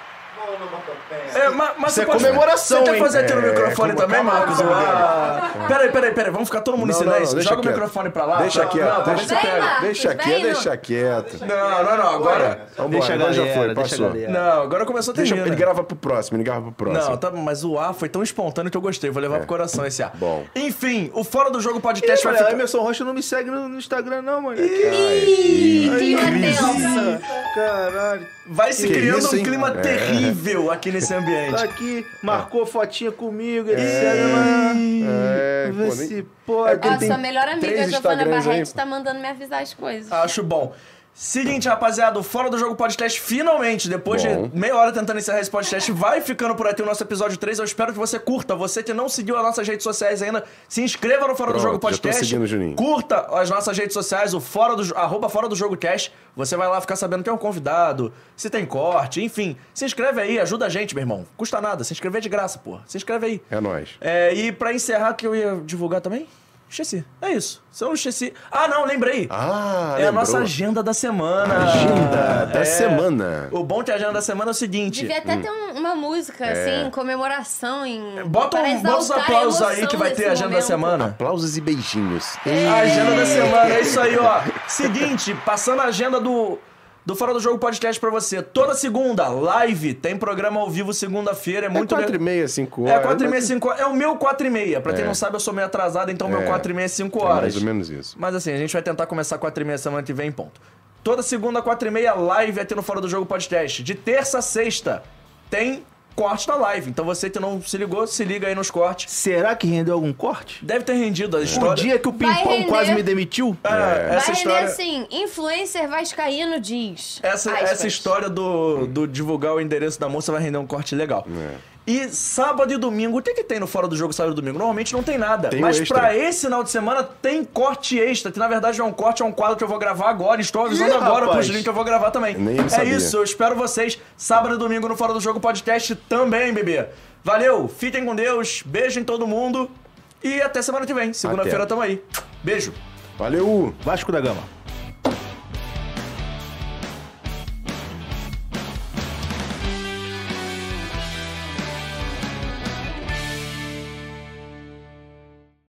É, ma, mas Isso você é pode- comemoração, Você tem que hein? fazer aqui no microfone É, como- tá também, Marcos? Ah, Peraí, peraí, peraí. Vamos ficar todo mundo em Não, não, silêncio. deixa Joga quieto. o microfone pra lá. Deixa tá? quieto, Não, talvez deixa- você pegue. Marcos, Deixa quieto, vem, não. deixa quieto. Não, não, não. Agora... Vambora, Deixa a agora Então já galera, foi, deixa a passou. galera. Não, agora começou a Deixa, terminar. ele grava pro próximo, ele grava pro próximo. Não, tá, mas o ar foi tão espontâneo que eu gostei. Vou levar pro coração esse ar. É. Bom. Enfim, o Fora do Jogo Ih, Podcast vai galera, ficar... Emerson Rocha não me segue no no Instagram, não, mano. Ih, clima tenso. Caralho. Vai se Que criando isso, um hein? clima É. terrível aqui nesse Tá ambiente. aqui, marcou fotinha comigo, etc. É, Vê pô, nem- se É pode. porque Ó, tem sua melhor amiga, três Giovana Instagrams aí, Barrete, pô. tá mandando me avisar as coisas. Acho bom. Seguinte, rapaziada, o Fora do Jogo Podcast finalmente, depois Bom. de meia hora tentando encerrar esse podcast, vai ficando por aqui o nosso episódio 3. Eu espero que você curta. Você que não seguiu as nossas redes sociais ainda, se inscreva no Fora do Pronto, Jogo já tô Podcast. seguindo, Juninho. Curta as nossas redes sociais, o Fora do, Jo- arroba Fora do Jogo Cast. Você vai lá ficar sabendo quem é um convidado, se tem corte, enfim. Se inscreve aí, ajuda a gente, meu irmão. Custa nada, se inscrever é de graça, porra. Se inscreve aí. É nóis. É, e pra encerrar, que eu ia divulgar também? Esqueci. É isso. Se eu não esqueci. Ah, não, lembrei. é Ah, a lembrou. nossa agenda da semana. Agenda da É. semana. O bom que a agenda da semana é o seguinte. Devia até ter um- uma música, assim, em comemoração, em... Bota, pra um, bota uns exaltar a aplausos aí emoção que vai desse ter a agenda da momento. semana. Aplausos e beijinhos. A agenda da semana, é isso aí, ó. Seguinte, passando a agenda do, do Fora do Jogo Podcast pra você. Toda segunda, live, tem programa ao vivo segunda-feira, é É muito... 4 e meia, 5 É horas. 4 e meia, 5 horas. É o meu 4 e meia. Pra quem não sabe, eu sou meio atrasado, então o meu É. 4 e meia, 5 É horas. mais ou menos isso. Mas assim, a gente vai tentar começar 4 e meia semana que vem, em ponto. Toda segunda, 4 e meia, live aqui no Fora do Jogo Podcast. De terça a sexta, tem corte da live. Então você que não se ligou, se liga aí nos cortes. Será que rendeu algum corte? Deve ter rendido a O história. dia que o Vai Pimpão render. quase me demitiu? É, essa Vai história. render assim, influencer vascaíno diz. Essa, Aspas. essa história do, do divulgar o endereço da moça vai render um corte legal. E sábado e domingo, o que, que tem no Fora do Jogo sábado e domingo? Normalmente não tem nada. Tem o mas extra. pra esse final de semana tem corte extra, que na verdade não é um corte, é um quadro que eu vou gravar agora. Estou avisando Ih, agora pro rapaz. Julinho que eu vou gravar também. Nem é sabia. isso, eu espero vocês sábado e domingo no Fora do Jogo podcast também, bebê. Valeu, fiquem com Deus, beijo em todo mundo e até semana que vem. Segunda-feira Até. tamo aí. Beijo. Valeu! Vasco da Gama.